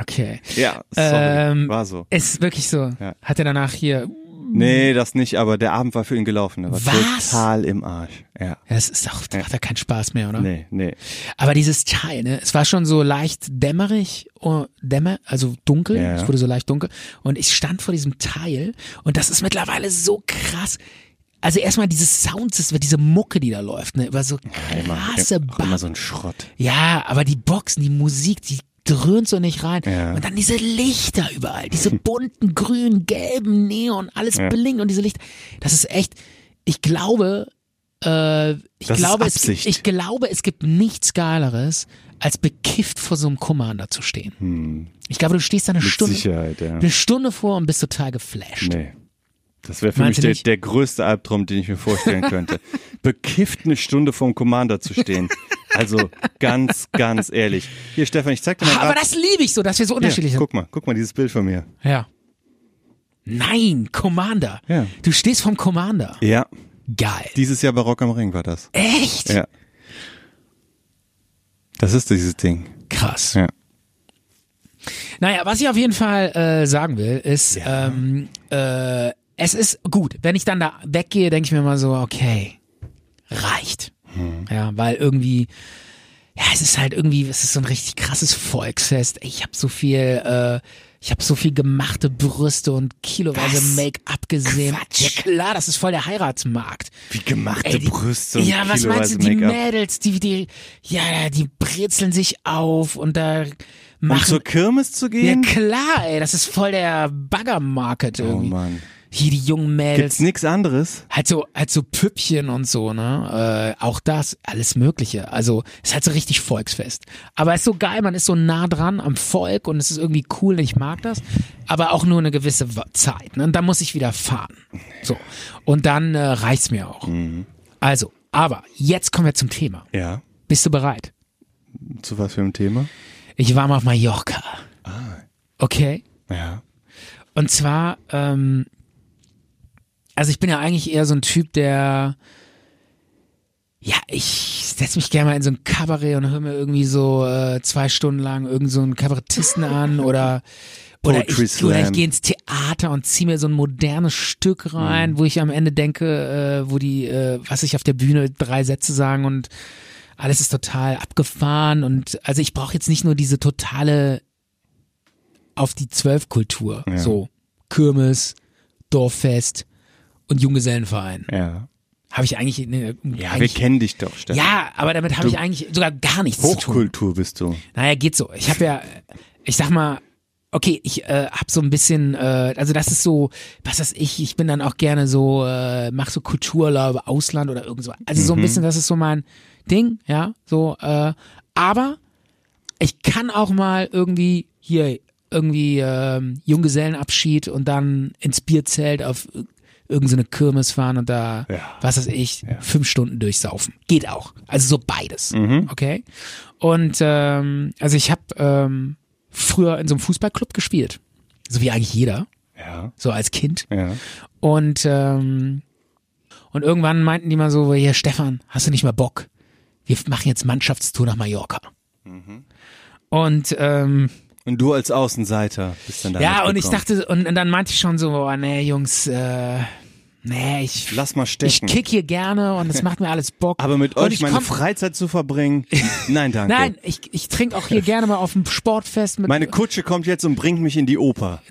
[SPEAKER 3] Okay.
[SPEAKER 4] Ja, sorry.
[SPEAKER 3] Ähm,
[SPEAKER 4] war so.
[SPEAKER 3] Ist wirklich so.
[SPEAKER 4] Ja.
[SPEAKER 3] Hat er danach hier.
[SPEAKER 4] Nee, das nicht, aber der Abend war für ihn gelaufen. Er war
[SPEAKER 3] Was?
[SPEAKER 4] total im Arsch. Ja.
[SPEAKER 3] Das ist auch, das macht ja keinen Spaß mehr, oder?
[SPEAKER 4] Nee, nee.
[SPEAKER 3] Aber dieses Chai, ne, es war schon so leicht dämmerig, oh, dämmer, also dunkel,
[SPEAKER 4] Ja.
[SPEAKER 3] es wurde so leicht dunkel. Und ich stand vor diesem Teil und das ist mittlerweile so krass. Also erstmal dieses Soundsystem, diese Mucke, die da läuft, ne, über so krasse
[SPEAKER 4] Auch immer
[SPEAKER 3] Ba-
[SPEAKER 4] so ein Schrott.
[SPEAKER 3] Ja, aber die Boxen, die Musik, die dröhnt so nicht rein.
[SPEAKER 4] Ja.
[SPEAKER 3] Und dann diese Lichter überall, diese bunten, grünen, gelben Neon, alles blinkt und diese Lichter. Das ist echt, ich glaube, äh, ich,
[SPEAKER 4] Das ist
[SPEAKER 3] glaube es,
[SPEAKER 4] Absicht.
[SPEAKER 3] ich glaube, es gibt nichts Geileres, als bekifft vor so einem Commander zu stehen. Ich glaube, du stehst da eine
[SPEAKER 4] Hm. Mit
[SPEAKER 3] Stunde,
[SPEAKER 4] Sicherheit, ja.
[SPEAKER 3] eine Stunde vor und bist total geflasht.
[SPEAKER 4] Nee. Das wäre für
[SPEAKER 3] Meinst
[SPEAKER 4] mich
[SPEAKER 3] du
[SPEAKER 4] der,
[SPEAKER 3] nicht?
[SPEAKER 4] der größte Albtraum, den ich mir vorstellen könnte. Bekifft eine Stunde vorm Commander zu stehen. Also ganz, ganz ehrlich. Hier, Stefan, ich zeig dir mal
[SPEAKER 3] Aber
[SPEAKER 4] grad-
[SPEAKER 3] das liebe ich so, dass wir so unterschiedlich
[SPEAKER 4] Hier,
[SPEAKER 3] sind.
[SPEAKER 4] guck mal, guck mal dieses Bild von mir.
[SPEAKER 3] Ja. Nein, Commander.
[SPEAKER 4] Ja.
[SPEAKER 3] Du stehst vom Commander.
[SPEAKER 4] Ja,
[SPEAKER 3] Geil.
[SPEAKER 4] dieses Jahr bei Rock am Ring war das.
[SPEAKER 3] Echt?
[SPEAKER 4] Ja. Das ist dieses Ding.
[SPEAKER 3] Krass.
[SPEAKER 4] Ja.
[SPEAKER 3] Naja, was ich auf jeden Fall äh, sagen will, ist, ähm, äh, es ist gut. Wenn ich dann da weggehe, denke ich mir mal so, okay, reicht.
[SPEAKER 4] Hm.
[SPEAKER 3] Ja, weil irgendwie, ja, es ist halt irgendwie, es ist so ein richtig krasses Volksfest. Ey, Ich habe so viel, äh, ich habe so viel gemachte Brüste und kiloweise Make-up gesehen. Ja klar, das ist voll der Heiratsmarkt.
[SPEAKER 4] Wie gemachte
[SPEAKER 3] Ey, die-
[SPEAKER 4] Brüste und
[SPEAKER 3] Ja, was meinst du,
[SPEAKER 4] kiloweise
[SPEAKER 3] die
[SPEAKER 4] Make-up.
[SPEAKER 3] Mädels, die, die, ja, die brezeln sich auf und da
[SPEAKER 4] Um
[SPEAKER 3] machen
[SPEAKER 4] zur Kirmes zu
[SPEAKER 3] ja
[SPEAKER 4] gehen?
[SPEAKER 3] klar, ey, das ist voll der Bagger-Market
[SPEAKER 4] oh
[SPEAKER 3] irgendwie.
[SPEAKER 4] Mann.
[SPEAKER 3] Hier die jungen
[SPEAKER 4] Gibt's
[SPEAKER 3] Mädels,
[SPEAKER 4] nichts anderes?
[SPEAKER 3] halt so, halt so Püppchen und so, ne? Äh, auch das, alles Mögliche. Also ist halt so richtig Volksfest. Aber ist so geil, man ist so nah dran am Volk und es ist irgendwie cool. Ich mag das, aber auch nur eine gewisse Wa- Zeit. Ne? Und dann muss ich wieder fahren. So und dann äh, reicht's mir auch.
[SPEAKER 4] Mhm.
[SPEAKER 3] Also, aber jetzt kommen wir zum Thema.
[SPEAKER 4] Ja.
[SPEAKER 3] Bist du bereit?
[SPEAKER 4] Zu was für einem Thema?
[SPEAKER 3] Ich war mal auf Mallorca.
[SPEAKER 4] Ah.
[SPEAKER 3] Okay.
[SPEAKER 4] Ja.
[SPEAKER 3] Und zwar, ähm, also ich bin ja eigentlich eher so ein Typ, der, ja, ich setz mich gerne mal in so ein Kabarett und höre mir irgendwie so äh, zwei Stunden lang irgend so einen Kabarettisten an oder oder
[SPEAKER 4] Poetry
[SPEAKER 3] ich, oder ich
[SPEAKER 4] Slam. Mhm.
[SPEAKER 3] gehe ins Theater und ziehe mir so ein modernes Stück rein, wo ich am Ende denke, äh, wo die, äh, was ich auf der Bühne drei Sätze sagen und alles ist total abgefahren und also ich brauche jetzt nicht nur diese totale auf die Zwölf-Kultur, so Kirmes, Dorffest und Junggesellenverein.
[SPEAKER 4] Ja.
[SPEAKER 3] Habe ich eigentlich, ne,
[SPEAKER 4] Ja, wir
[SPEAKER 3] eigentlich
[SPEAKER 4] kennen dich doch, Stefan.
[SPEAKER 3] ja, aber damit habe ich eigentlich sogar gar nichts zu tun.
[SPEAKER 4] Hochkultur bist du.
[SPEAKER 3] Naja, geht so. Ich habe ja, ich sag mal, okay, ich äh, habe so ein bisschen, äh, also das ist so, was weiß ich, ich bin dann auch gerne so, äh, mach so Kulturlaube, Ausland oder irgend so. Also
[SPEAKER 4] Mhm.
[SPEAKER 3] so ein bisschen, das ist so mein Ding, ja, so. Äh, aber ich kann auch mal irgendwie hier irgendwie ähm, Junggesellenabschied und dann ins Bierzelt auf irgendeine Kirmes fahren und da, was weiß ich, fünf Stunden durchsaufen. Geht auch. Also so beides. Okay. Und ähm, also ich habe ähm, früher in so einem Fußballclub gespielt. So wie eigentlich jeder.
[SPEAKER 4] Ja.
[SPEAKER 3] So als Kind.
[SPEAKER 4] Ja.
[SPEAKER 3] Und, ähm, und irgendwann meinten die mal so, hier, Stefan, hast du nicht mal Bock? Wir machen jetzt Mannschaftstour nach Mallorca.
[SPEAKER 4] Mhm.
[SPEAKER 3] Und ähm,
[SPEAKER 4] Und du als Außenseiter bist dann da.
[SPEAKER 3] ja, und ich
[SPEAKER 4] mitgekommen.
[SPEAKER 3] dachte, und, und dann meinte ich schon so, boah, nee, Jungs, äh, nee, ich,
[SPEAKER 4] Lass mal
[SPEAKER 3] ich
[SPEAKER 4] stecken.
[SPEAKER 3] kick hier gerne und es macht mir alles Bock.
[SPEAKER 4] Aber mit
[SPEAKER 3] Und
[SPEAKER 4] euch
[SPEAKER 3] ich
[SPEAKER 4] meine
[SPEAKER 3] komm-
[SPEAKER 4] Freizeit zu verbringen, nein, danke.
[SPEAKER 3] Nein, ich, ich trinke auch hier gerne mal auf dem Sportfest mit
[SPEAKER 4] Meine Kutsche kommt jetzt und bringt mich in die Oper.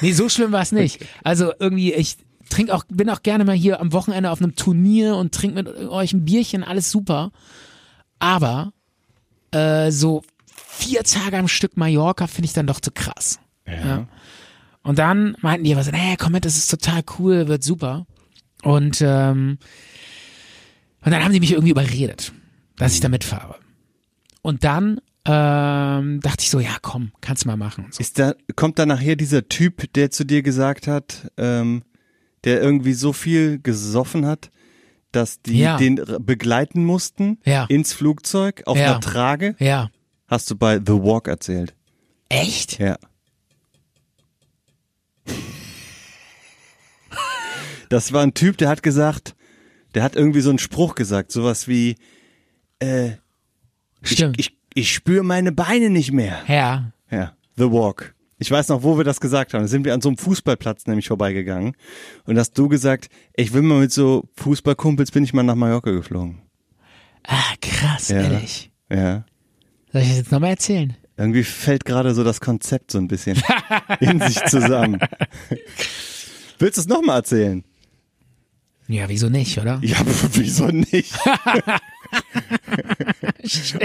[SPEAKER 3] Nee, so schlimm war es nicht. Also irgendwie, ich trink auch, bin auch gerne mal hier am Wochenende auf einem Turnier und trink mit euch ein Bierchen, alles super. Aber äh, so vier Tage am Stück Mallorca finde ich dann doch zu krass. Ja. Und dann meinten die aber so, nee, komm mit, das ist total cool, wird super. Und, ähm, und dann haben die mich irgendwie überredet, dass ich da mitfahre. Und dann ähm, dachte ich so, ja komm, kannst mal machen. Und so.
[SPEAKER 4] Ist da, kommt da nachher dieser Typ, der zu dir gesagt hat, ähm, der irgendwie so viel gesoffen hat, dass die
[SPEAKER 3] Ja.
[SPEAKER 4] den r- begleiten mussten
[SPEAKER 3] Ja.
[SPEAKER 4] ins Flugzeug auf
[SPEAKER 3] Ja.
[SPEAKER 4] einer Trage?
[SPEAKER 3] Ja.
[SPEAKER 4] Hast du bei The Walk erzählt?
[SPEAKER 3] Echt?
[SPEAKER 4] Ja. Das war ein Typ, der hat gesagt, der hat irgendwie so einen Spruch gesagt, sowas wie,
[SPEAKER 3] Stimmt.
[SPEAKER 4] ich, ich spüre meine Beine nicht mehr.
[SPEAKER 3] ja.
[SPEAKER 4] Ja, The Walk. Ich weiß noch, wo wir das gesagt haben. Da sind wir an so einem Fußballplatz nämlich vorbeigegangen und hast du gesagt, ich will mal mit so Fußballkumpels bin ich mal nach Mallorca geflogen.
[SPEAKER 3] Ah, krass,
[SPEAKER 4] Ja.
[SPEAKER 3] ehrlich.
[SPEAKER 4] Ja.
[SPEAKER 3] Soll ich das jetzt nochmal erzählen?
[SPEAKER 4] Irgendwie fällt gerade so das Konzept so ein bisschen in sich zusammen. Willst du es nochmal erzählen?
[SPEAKER 3] Ja, wieso nicht, oder?
[SPEAKER 4] Ja, wieso nicht?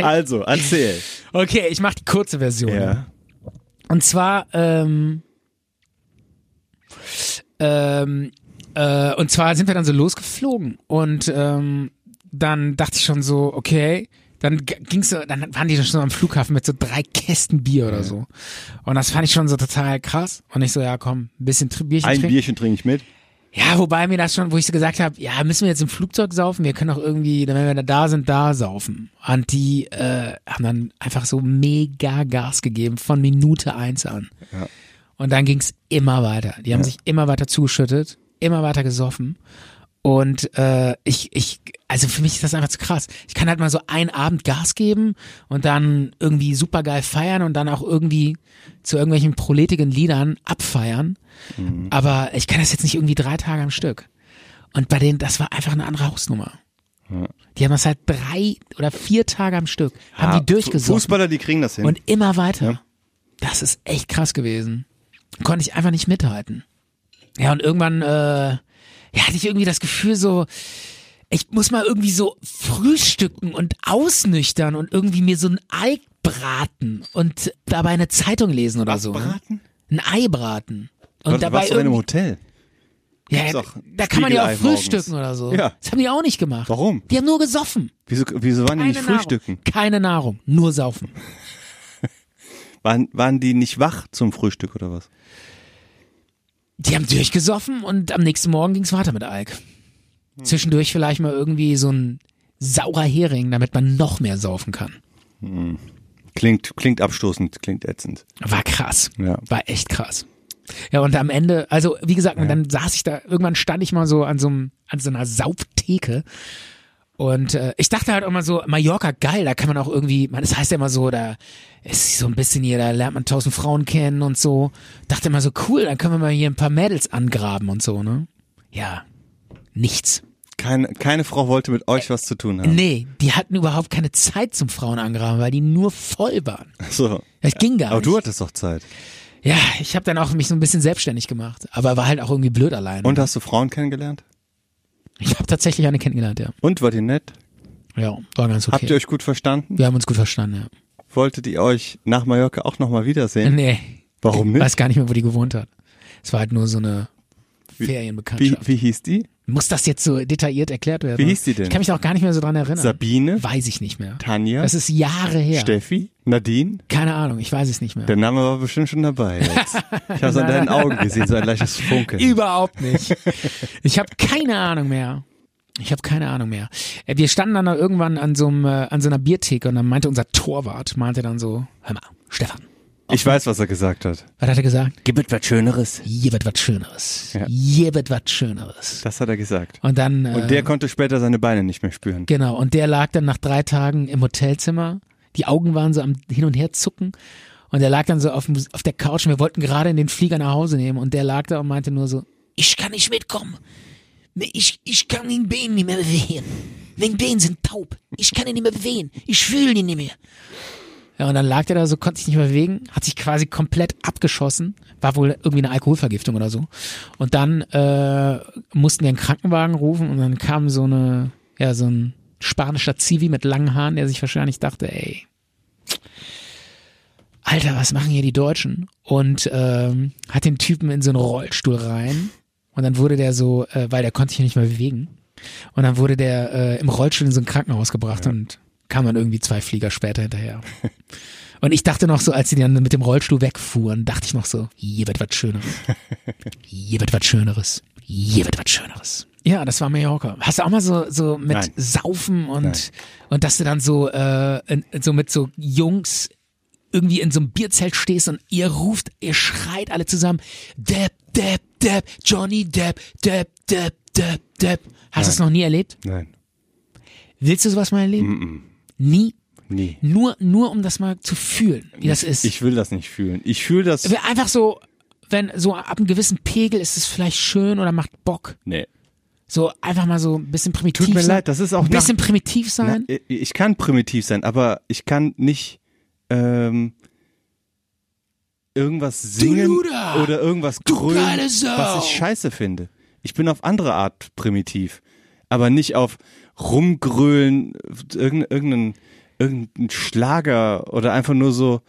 [SPEAKER 4] also, erzähl.
[SPEAKER 3] Okay, ich mache die kurze Version.
[SPEAKER 4] Ja.
[SPEAKER 3] Und zwar, ähm, ähm, äh, und zwar sind wir dann so losgeflogen und ähm, dann dachte ich schon so, okay, dann g- ging's, so- dann waren die schon am Flughafen mit so drei Kästen Bier oder so. Und das fand ich schon so total krass. Und ich so, ja komm, ein bisschen tr- Bierchen
[SPEAKER 4] Ein
[SPEAKER 3] trinken.
[SPEAKER 4] Bierchen trinke ich mit.
[SPEAKER 3] Ja, wobei mir das schon, wo ich so gesagt habe, ja, müssen wir jetzt im Flugzeug saufen? Wir können auch irgendwie, wenn wir da sind, da saufen. Und die äh, haben dann einfach so mega Gas gegeben von Minute eins an. Und dann ging's immer weiter. Die haben sich immer weiter zugeschüttet, immer weiter gesoffen. Und äh, ich, ich, also für mich ist das einfach zu krass. Ich kann halt mal so einen Abend Gas geben und dann irgendwie supergeil feiern und dann auch irgendwie zu irgendwelchen proletigen Liedern abfeiern. Aber ich kann das jetzt nicht irgendwie drei Tage am Stück. Und bei denen, das war einfach eine andere Hausnummer. Die haben das halt drei oder vier Tage am Stück, haben
[SPEAKER 4] Ah,
[SPEAKER 3] die durchgesoffen.
[SPEAKER 4] Fußballer, die kriegen das hin.
[SPEAKER 3] Und immer weiter. Das ist echt krass gewesen. Konnte ich einfach nicht mithalten. Ja, und irgendwann äh, ja, hatte ich irgendwie das Gefühl so, ich muss mal irgendwie so frühstücken und ausnüchtern und irgendwie mir so ein Ei braten und dabei eine Zeitung lesen oder so.
[SPEAKER 4] braten?
[SPEAKER 3] Ne? Ein Ei braten. Und
[SPEAKER 4] Warst-
[SPEAKER 3] dabei
[SPEAKER 4] warst du in einem
[SPEAKER 3] irgendwie,
[SPEAKER 4] Hotel?
[SPEAKER 3] ja,
[SPEAKER 4] Gibt's auch
[SPEAKER 3] da kann man ja auch
[SPEAKER 4] Spiegelei morgens.
[SPEAKER 3] frühstücken oder so.
[SPEAKER 4] Ja.
[SPEAKER 3] Das haben die auch nicht gemacht.
[SPEAKER 4] Warum?
[SPEAKER 3] Die haben nur gesoffen.
[SPEAKER 4] Wieso, wieso waren die nicht frühstücken?
[SPEAKER 3] Nahrung. Keine Nahrung, nur saufen.
[SPEAKER 4] Waren, waren die nicht wach zum Frühstück oder was?
[SPEAKER 3] Die haben durchgesoffen und am nächsten Morgen ging's weiter mit Alk. Zwischendurch vielleicht mal irgendwie so ein saurer Hering, damit man noch mehr saufen kann.
[SPEAKER 4] Klingt, klingt abstoßend, klingt ätzend.
[SPEAKER 3] War krass.
[SPEAKER 4] Ja.
[SPEAKER 3] War echt krass. Ja, und am Ende, also wie gesagt, und dann saß ich da, irgendwann stand ich mal so an so, einem, an so einer Sauftheke. Und äh, ich dachte halt immer so, Mallorca, geil, da kann man auch irgendwie, man, das heißt ja immer so, da ist so ein bisschen hier, da lernt man tausend Frauen kennen und so. Dachte immer so, cool, dann können wir mal hier ein paar Mädels angraben und so, ne? Ja, nichts.
[SPEAKER 4] Keine, keine Frau wollte mit euch was zu tun haben.
[SPEAKER 3] Nee, die hatten überhaupt keine Zeit zum Frauenangraben, weil die nur voll waren.
[SPEAKER 4] So.
[SPEAKER 3] Das ging gar
[SPEAKER 4] Aber
[SPEAKER 3] nicht.
[SPEAKER 4] du hattest doch Zeit.
[SPEAKER 3] Ja, ich habe dann auch mich so ein bisschen selbstständig gemacht, aber war halt auch irgendwie blöd allein.
[SPEAKER 4] Und hast du Frauen kennengelernt?
[SPEAKER 3] ich habe tatsächlich eine kennengelernt, ja.
[SPEAKER 4] Und war die nett?
[SPEAKER 3] Ja, war ganz okay.
[SPEAKER 4] Habt ihr euch gut verstanden?
[SPEAKER 3] Wir haben uns gut verstanden,
[SPEAKER 4] Wolltet ihr euch nach Mallorca auch nochmal
[SPEAKER 3] ja.
[SPEAKER 4] wiedersehen?
[SPEAKER 3] Nee.
[SPEAKER 4] Warum
[SPEAKER 3] Ich
[SPEAKER 4] nicht?
[SPEAKER 3] weiß gar nicht mehr, wo die gewohnt hat. Es war halt nur so eine
[SPEAKER 4] Wie,
[SPEAKER 3] Ferienbekanntschaft.
[SPEAKER 4] wie hieß die?
[SPEAKER 3] Muss das jetzt so detailliert erklärt werden?
[SPEAKER 4] Wie hieß die denn?
[SPEAKER 3] Ich kann mich auch gar nicht mehr so dran erinnern.
[SPEAKER 4] Sabine?
[SPEAKER 3] Weiß ich nicht mehr.
[SPEAKER 4] Tanja?
[SPEAKER 3] Das ist Jahre her.
[SPEAKER 4] Steffi? Nadine?
[SPEAKER 3] Keine Ahnung, ich weiß es nicht mehr.
[SPEAKER 4] Der Name war bestimmt schon dabei jetzt. Ich habe es an deinen Augen gesehen, so ein leichtes Funkeln.
[SPEAKER 3] Überhaupt nicht. Ich habe keine Ahnung mehr. Ich habe keine Ahnung mehr. Äh, Wir standen dann da irgendwann an so, einem, äh, an so einer Biertheke und dann meinte unser Torwart, meinte dann so, hör mal, Stefan,
[SPEAKER 4] Ich weiß, was er gesagt hat.
[SPEAKER 3] was hat er gesagt?
[SPEAKER 4] Gibt es was Schöneres?
[SPEAKER 3] Hier wird was Schöneres.
[SPEAKER 4] Ja.
[SPEAKER 3] Hier wird was Schöneres.
[SPEAKER 4] Das hat er gesagt.
[SPEAKER 3] Und dann, äh,
[SPEAKER 4] Und der konnte später seine Beine nicht mehr spüren.
[SPEAKER 3] genau, und der lag dann nach drei Tagen im Hotelzimmer. Die Augen waren so am Hin- und Her zucken. Und der lag dann so auf, dem, auf der Couch und wir wollten gerade in den Flieger nach Hause nehmen und der lag da und meinte nur so, ich kann nicht mitkommen. Ich, ich kann den Bein nicht mehr bewegen. Meine Beine sind taub. Ich kann ihn nicht mehr bewegen. Ich fühle ihn nicht mehr. Ja, und dann lag der da so, konnte sich nicht mehr bewegen, hat sich quasi komplett abgeschossen. War wohl irgendwie eine Alkoholvergiftung oder so. Und dann äh, mussten wir einen Krankenwagen rufen und dann kam so eine, ja, so ein spanischer Zivi mit langen Haaren, der sich wahrscheinlich dachte, ey, Alter, was machen hier die Deutschen? Und ähm, hat den Typen in so einen Rollstuhl rein. Und dann wurde der so, äh, weil der konnte sich ja nicht mehr bewegen. Und dann wurde der äh, im Rollstuhl in so ein Krankenhaus gebracht und kam dann irgendwie zwei Flieger später hinterher. Und ich dachte noch so, als sie dann mit dem Rollstuhl wegfuhren, dachte ich noch so, hier wird was Schöneres. Hier wird was Schöneres. Hier wird was Schöneres. Ja, das war Mallorca. Hast du auch mal so, so mit
[SPEAKER 4] Nein.
[SPEAKER 3] Saufen und,
[SPEAKER 4] Nein.
[SPEAKER 3] und dass du dann so, äh, in, so mit so Jungs irgendwie in so einem Bierzelt stehst und ihr ruft, ihr schreit alle zusammen, Depp, Depp, Depp, Johnny Depp, Depp, Depp, Depp, Depp. Hast du es noch nie erlebt?
[SPEAKER 4] Nein,
[SPEAKER 3] Willst du sowas mal erleben? Nie.
[SPEAKER 4] nie.
[SPEAKER 3] Nur, nur um das mal zu fühlen, wie das ist.
[SPEAKER 4] Ich will das nicht fühlen. Ich fühle das.
[SPEAKER 3] Einfach so, wenn so ab einem gewissen Pegel ist es vielleicht schön oder macht Bock.
[SPEAKER 4] Nee.
[SPEAKER 3] So einfach mal so ein bisschen primitiv
[SPEAKER 4] Tut mir
[SPEAKER 3] sein.
[SPEAKER 4] leid, das ist auch
[SPEAKER 3] ein bisschen
[SPEAKER 4] nach-
[SPEAKER 3] primitiv sein.
[SPEAKER 4] Na, ich- ich kann primitiv sein, aber ich kann nicht ähm, irgendwas singen
[SPEAKER 3] Luder!
[SPEAKER 4] oder irgendwas
[SPEAKER 3] Du
[SPEAKER 4] grölen,
[SPEAKER 3] geile Sau!
[SPEAKER 4] was ich scheiße finde. Ich bin auf andere Art primitiv, aber nicht auf rumgrölen, irgendeinen irgendein, irgendein Schlager oder einfach nur so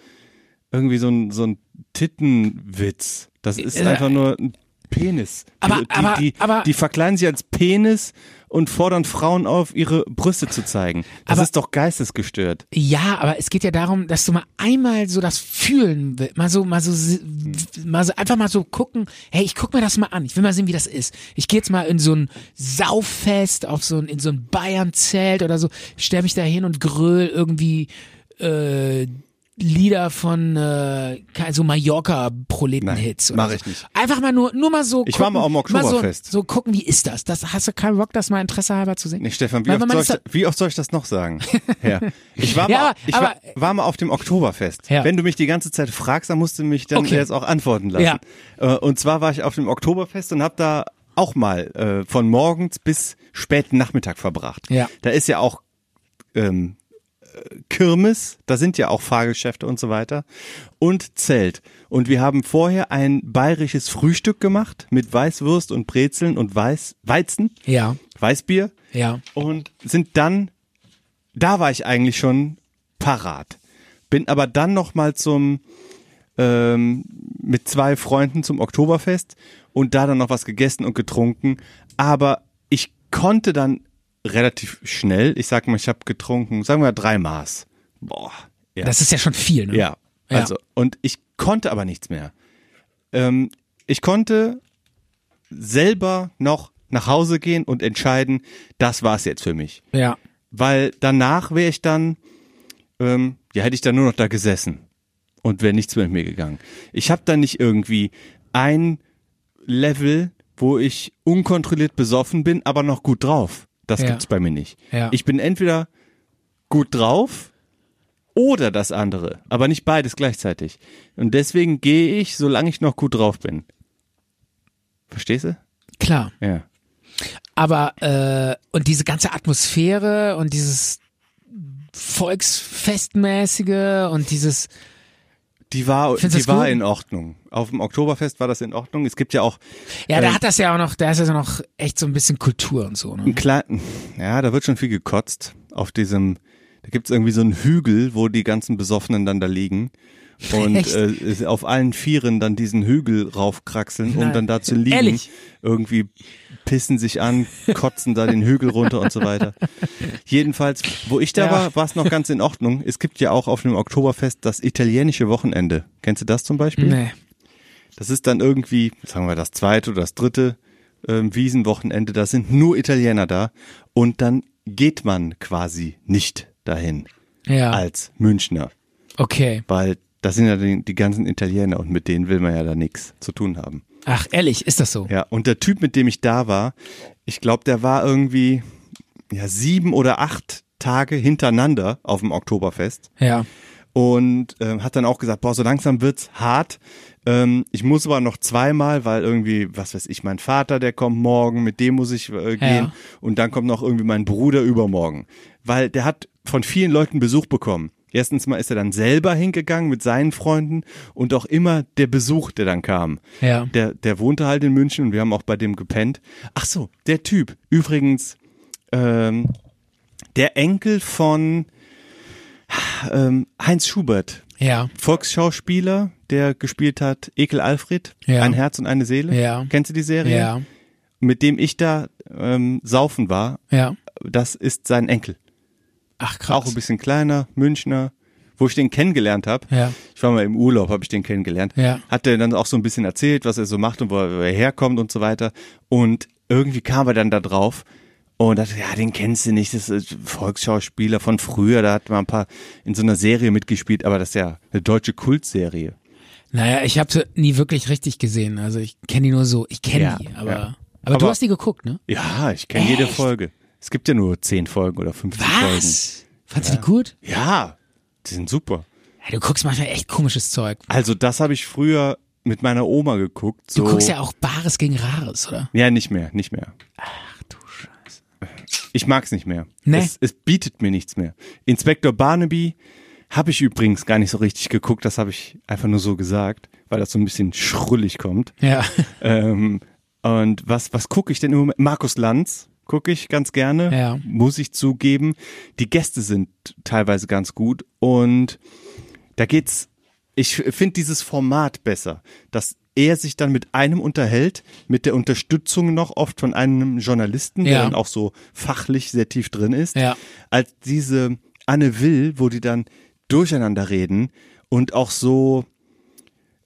[SPEAKER 4] irgendwie so ein, so ein Tittenwitz. Das ist
[SPEAKER 3] Äh,
[SPEAKER 4] einfach nur ein Penis.
[SPEAKER 3] Aber-
[SPEAKER 4] die,
[SPEAKER 3] aber-
[SPEAKER 4] die,
[SPEAKER 3] aber-
[SPEAKER 4] die verkleiden sich als Penis und fordern Frauen auf, ihre Brüste zu zeigen. Das
[SPEAKER 3] Aber-
[SPEAKER 4] ist doch geistesgestört.
[SPEAKER 3] Ja, aber es geht ja darum, dass du mal einmal so das fühlen willst, mal so, mal so, si- mal so, einfach mal so gucken, hey, ich guck mir das mal an, ich will mal sehen, wie das ist. Ich gehe jetzt mal in so ein Sauffest, auf so ein, in so ein Bayern-Zelt oder so, stell mich da hin und gröl irgendwie, äh, Lieder von äh, kein- so Mallorca-Proleten-Hits.
[SPEAKER 4] Nein,
[SPEAKER 3] oder
[SPEAKER 4] mach ich
[SPEAKER 3] so.
[SPEAKER 4] nicht.
[SPEAKER 3] Einfach mal nur, nur mal so
[SPEAKER 4] Ich
[SPEAKER 3] gucken,
[SPEAKER 4] war mal am Oktoberfest.
[SPEAKER 3] so, so gucken, wie ist das? das? Hast du keinen Bock, das mal Interesse halber zu sehen?
[SPEAKER 4] Nee, Stefan, wie
[SPEAKER 3] Weil
[SPEAKER 4] oft,
[SPEAKER 3] man
[SPEAKER 4] soll ich,
[SPEAKER 3] ist da-
[SPEAKER 4] wie oft soll ich das noch sagen? Ja. Ich war,
[SPEAKER 3] Ja,
[SPEAKER 4] mal, ich war,
[SPEAKER 3] aber-
[SPEAKER 4] war mal auf dem Oktoberfest.
[SPEAKER 3] Ja.
[SPEAKER 4] Wenn du mich die ganze Zeit fragst, dann musst du mich dann
[SPEAKER 3] Okay.
[SPEAKER 4] jetzt auch antworten lassen. Ja. Und zwar war ich auf dem Oktoberfest und habe da auch mal äh, von morgens bis späten Nachmittag verbracht.
[SPEAKER 3] Ja.
[SPEAKER 4] Da ist ja auch ähm, äh, Kirmes, da sind ja auch Fahrgeschäfte und so weiter und Zelt. Und wir haben vorher ein bayerisches Frühstück gemacht mit Weißwurst und Brezeln und Weiß, Weizen,
[SPEAKER 3] Ja,
[SPEAKER 4] Weißbier
[SPEAKER 3] ja.
[SPEAKER 4] und sind dann, da war ich eigentlich schon parat. Bin aber dann nochmal zum, ähm, mit zwei Freunden zum Oktoberfest und da dann noch was gegessen und getrunken. Aber ich konnte dann relativ schnell, ich sag mal, ich habe getrunken, sagen wir drei Maß. Boah. Ja.
[SPEAKER 3] Das ist ja schon viel, ne?
[SPEAKER 4] Ja,
[SPEAKER 3] Ja.
[SPEAKER 4] also und ich konnte aber nichts mehr. Ähm, ich konnte selber noch nach Hause gehen und entscheiden, das war's jetzt für mich,
[SPEAKER 3] Ja.
[SPEAKER 4] weil danach wäre ich dann, ähm, ja, hätte ich dann nur noch da gesessen und wäre nichts mehr mit mir gegangen. Ich habe dann nicht irgendwie ein Level, wo ich unkontrolliert besoffen bin, aber noch gut drauf. Das
[SPEAKER 3] Ja.
[SPEAKER 4] gibt's bei mir nicht.
[SPEAKER 3] Ja.
[SPEAKER 4] Ich bin entweder gut drauf oder das andere, aber nicht beides gleichzeitig. Und deswegen gehe ich, solange ich noch gut drauf bin. Verstehst du?
[SPEAKER 3] Klar,
[SPEAKER 4] Ja.
[SPEAKER 3] aber äh, und diese ganze Atmosphäre und dieses Volksfestmäßige und dieses
[SPEAKER 4] Die war,
[SPEAKER 3] Findest du
[SPEAKER 4] die
[SPEAKER 3] das
[SPEAKER 4] war
[SPEAKER 3] gut?
[SPEAKER 4] in Ordnung. Auf dem Oktoberfest war das in Ordnung. Es gibt ja Mhm. auch
[SPEAKER 3] ja, da
[SPEAKER 4] Ähm.
[SPEAKER 3] hat das ja auch noch, da ist ja noch echt so ein bisschen Kultur und so. Ne?
[SPEAKER 4] einen kleinen, ja, da wird schon viel gekotzt. Auf diesem, da gibt's irgendwie so einen Hügel, wo die ganzen Besoffenen dann da liegen. Und
[SPEAKER 3] Echt?
[SPEAKER 4] äh, es- auf allen Vieren dann diesen Hügel raufkraxeln, um
[SPEAKER 3] Nein.
[SPEAKER 4] dann da zu liegen.
[SPEAKER 3] Ehrlich?
[SPEAKER 4] Irgendwie pissen sich an, kotzen da den Hügel runter und so weiter. Jedenfalls, wo ich da
[SPEAKER 3] Ja.
[SPEAKER 4] war, war es noch ganz in Ordnung. Es gibt ja auch auf dem Oktoberfest das italienische Wochenende. Kennst du das zum Beispiel?
[SPEAKER 3] Nee.
[SPEAKER 4] Das ist dann irgendwie, sagen wir das zweite oder das dritte ähm, Wiesenwochenende, da sind nur Italiener da und dann geht man quasi nicht dahin
[SPEAKER 3] Ja.
[SPEAKER 4] als Münchner,
[SPEAKER 3] Okay.
[SPEAKER 4] weil das sind ja die, die ganzen Italiener und mit denen will man ja da nichts zu tun haben.
[SPEAKER 3] Ach, ehrlich, ist das so?
[SPEAKER 4] Ja, und der Typ, mit dem ich da war, ich glaube, der war irgendwie ja, sieben oder acht Tage hintereinander auf dem Oktoberfest
[SPEAKER 3] Ja.
[SPEAKER 4] und ähm, hat dann auch gesagt, boah, so langsam wird's hart. Ähm, ich muss aber noch zweimal, weil irgendwie, was weiß ich, mein Vater, der kommt morgen, mit dem muss ich äh, gehen
[SPEAKER 3] Ja.
[SPEAKER 4] und dann kommt noch irgendwie mein Bruder übermorgen, weil der hat von vielen Leuten Besuch bekommen. Erstens mal ist er dann selber hingegangen mit seinen Freunden und auch immer der Besuch, der dann kam.
[SPEAKER 3] Ja.
[SPEAKER 4] Der, der wohnte halt in München und wir haben auch bei dem gepennt. Ach so, der Typ. Übrigens, ähm, der Enkel von ähm, Heinz Schubert,
[SPEAKER 3] Ja.
[SPEAKER 4] Volksschauspieler, der gespielt hat Ekel Alfred,
[SPEAKER 3] Ja.
[SPEAKER 4] Ein Herz und eine Seele.
[SPEAKER 3] Ja.
[SPEAKER 4] Kennst du die Serie?
[SPEAKER 3] Ja.
[SPEAKER 4] Mit dem ich da ähm, saufen war,
[SPEAKER 3] Ja.
[SPEAKER 4] das ist sein Enkel.
[SPEAKER 3] Ach krass.
[SPEAKER 4] Auch ein bisschen kleiner, Münchner, wo ich den kennengelernt habe.
[SPEAKER 3] Ja.
[SPEAKER 4] Ich war mal im Urlaub, habe ich den kennengelernt.
[SPEAKER 3] Ja.
[SPEAKER 4] Hat er dann auch so ein bisschen erzählt, was er so macht und wo er wo er herkommt und so weiter. Und irgendwie kam er dann da drauf und dachte, ja, den kennst du nicht, das ist ein Volksschauspieler von früher, da hat man ein paar in so einer Serie mitgespielt, aber das ist ja eine deutsche Kultserie.
[SPEAKER 3] Naja, ich habe sie nie wirklich richtig gesehen. Also ich kenne die nur so. Ich kenne
[SPEAKER 4] Ja,
[SPEAKER 3] die, aber,
[SPEAKER 4] ja.
[SPEAKER 3] aber du
[SPEAKER 4] Aber-
[SPEAKER 3] hast die geguckt, ne?
[SPEAKER 4] Ja, ich kenne jede
[SPEAKER 3] Echt?
[SPEAKER 4] Folge. Es gibt ja nur 10 Folgen oder 15 Folgen.
[SPEAKER 3] Was? Fandst du die gut?
[SPEAKER 4] Ja, die sind super.
[SPEAKER 3] Ja, du guckst manchmal echt komisches Zeug.
[SPEAKER 4] Also das habe ich früher mit meiner Oma geguckt. So.
[SPEAKER 3] Du guckst ja auch Bares gegen Rares, oder?
[SPEAKER 4] Ja, nicht mehr, nicht mehr. Ach du Scheiße. Ich mag's nicht mehr.
[SPEAKER 3] Nee.
[SPEAKER 4] Es, es bietet mir nichts mehr. Inspektor Barnaby habe ich übrigens gar nicht so richtig geguckt, das habe ich einfach nur so gesagt, weil das so ein bisschen schrullig kommt.
[SPEAKER 3] Ja.
[SPEAKER 4] Ähm, und was, was gucke ich denn im Moment? Markus Lanz gucke ich ganz gerne,
[SPEAKER 3] Ja.
[SPEAKER 4] muss ich zugeben. Die Gäste sind teilweise ganz gut und da geht's, ich finde dieses Format besser, dass er sich dann mit einem unterhält, mit der Unterstützung noch oft von einem Journalisten, der
[SPEAKER 3] Ja.
[SPEAKER 4] dann auch so fachlich sehr tief drin ist,
[SPEAKER 3] Ja.
[SPEAKER 4] als diese Anne Will, wo die dann durcheinander reden und auch so,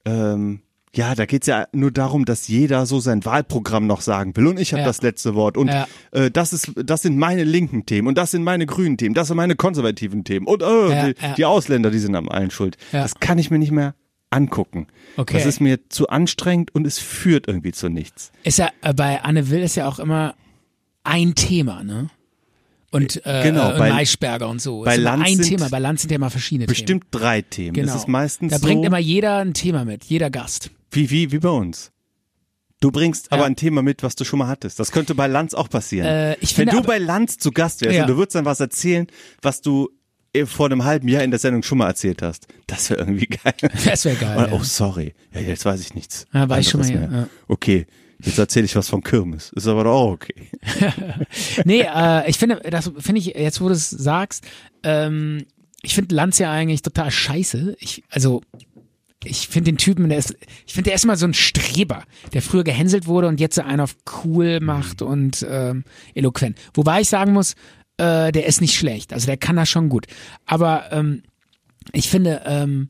[SPEAKER 4] ähm, ja, da geht's ja nur darum, dass jeder so sein Wahlprogramm noch sagen will und ich habe
[SPEAKER 3] Ja.
[SPEAKER 4] das letzte Wort und
[SPEAKER 3] Ja.
[SPEAKER 4] äh, das ist, das sind meine linken Themen und das sind meine grünen Themen, das sind meine konservativen Themen und äh,
[SPEAKER 3] Ja,
[SPEAKER 4] die,
[SPEAKER 3] ja.
[SPEAKER 4] die Ausländer, die sind am allen schuld.
[SPEAKER 3] Ja.
[SPEAKER 4] Das kann ich mir nicht mehr angucken.
[SPEAKER 3] Okay.
[SPEAKER 4] Das ist mir zu anstrengend und es führt irgendwie zu nichts.
[SPEAKER 3] Ist ja, äh, bei Anne Will ist ja auch immer ein Thema, ne? Und, äh,
[SPEAKER 4] Genau,
[SPEAKER 3] und
[SPEAKER 4] bei-
[SPEAKER 3] Maischberger und so.
[SPEAKER 4] bei
[SPEAKER 3] ist immer
[SPEAKER 4] Lanz
[SPEAKER 3] ein
[SPEAKER 4] sind-
[SPEAKER 3] Thema, bei Land sind ja immer verschiedene
[SPEAKER 4] Bestimmt drei Themen.
[SPEAKER 3] Themen. Genau.
[SPEAKER 4] Das ist meistens
[SPEAKER 3] da bringt
[SPEAKER 4] so,
[SPEAKER 3] immer jeder ein Thema mit, jeder Gast.
[SPEAKER 4] wie, wie, wie bei uns. Du bringst aber
[SPEAKER 3] Ja.
[SPEAKER 4] ein Thema mit, was du schon mal hattest. Das könnte bei Lanz auch passieren.
[SPEAKER 3] Äh, ich
[SPEAKER 4] Wenn
[SPEAKER 3] finde
[SPEAKER 4] du
[SPEAKER 3] aber-
[SPEAKER 4] bei Lanz zu Gast wärst
[SPEAKER 3] Ja.
[SPEAKER 4] und du würdest dann was erzählen, was du eh vor einem halben Jahr in der Sendung schon mal erzählt hast, das wäre irgendwie geil.
[SPEAKER 3] Das wäre geil.
[SPEAKER 4] Und,
[SPEAKER 3] ja.
[SPEAKER 4] Oh, sorry. Ja, jetzt weiß ich nichts.
[SPEAKER 3] Ja, war ich schon mal
[SPEAKER 4] anderes
[SPEAKER 3] hier,
[SPEAKER 4] mehr.
[SPEAKER 3] ja.
[SPEAKER 4] Okay, jetzt erzähle ich was von Kirmes. Ist aber doch auch okay.
[SPEAKER 3] Nee, äh, ich finde, das finde ich, jetzt wo du es sagst, ähm, ich finde Lanz ja eigentlich total scheiße. Ich, also, ich finde den Typen, der ist, ich finde, der ist mal so ein Streber, der früher gehänselt wurde und jetzt so einen auf cool
[SPEAKER 4] Mhm.
[SPEAKER 3] macht und ähm, eloquent. Wobei ich sagen muss, äh, der ist nicht schlecht. Also der kann das schon gut. Aber ähm, ich finde, ähm,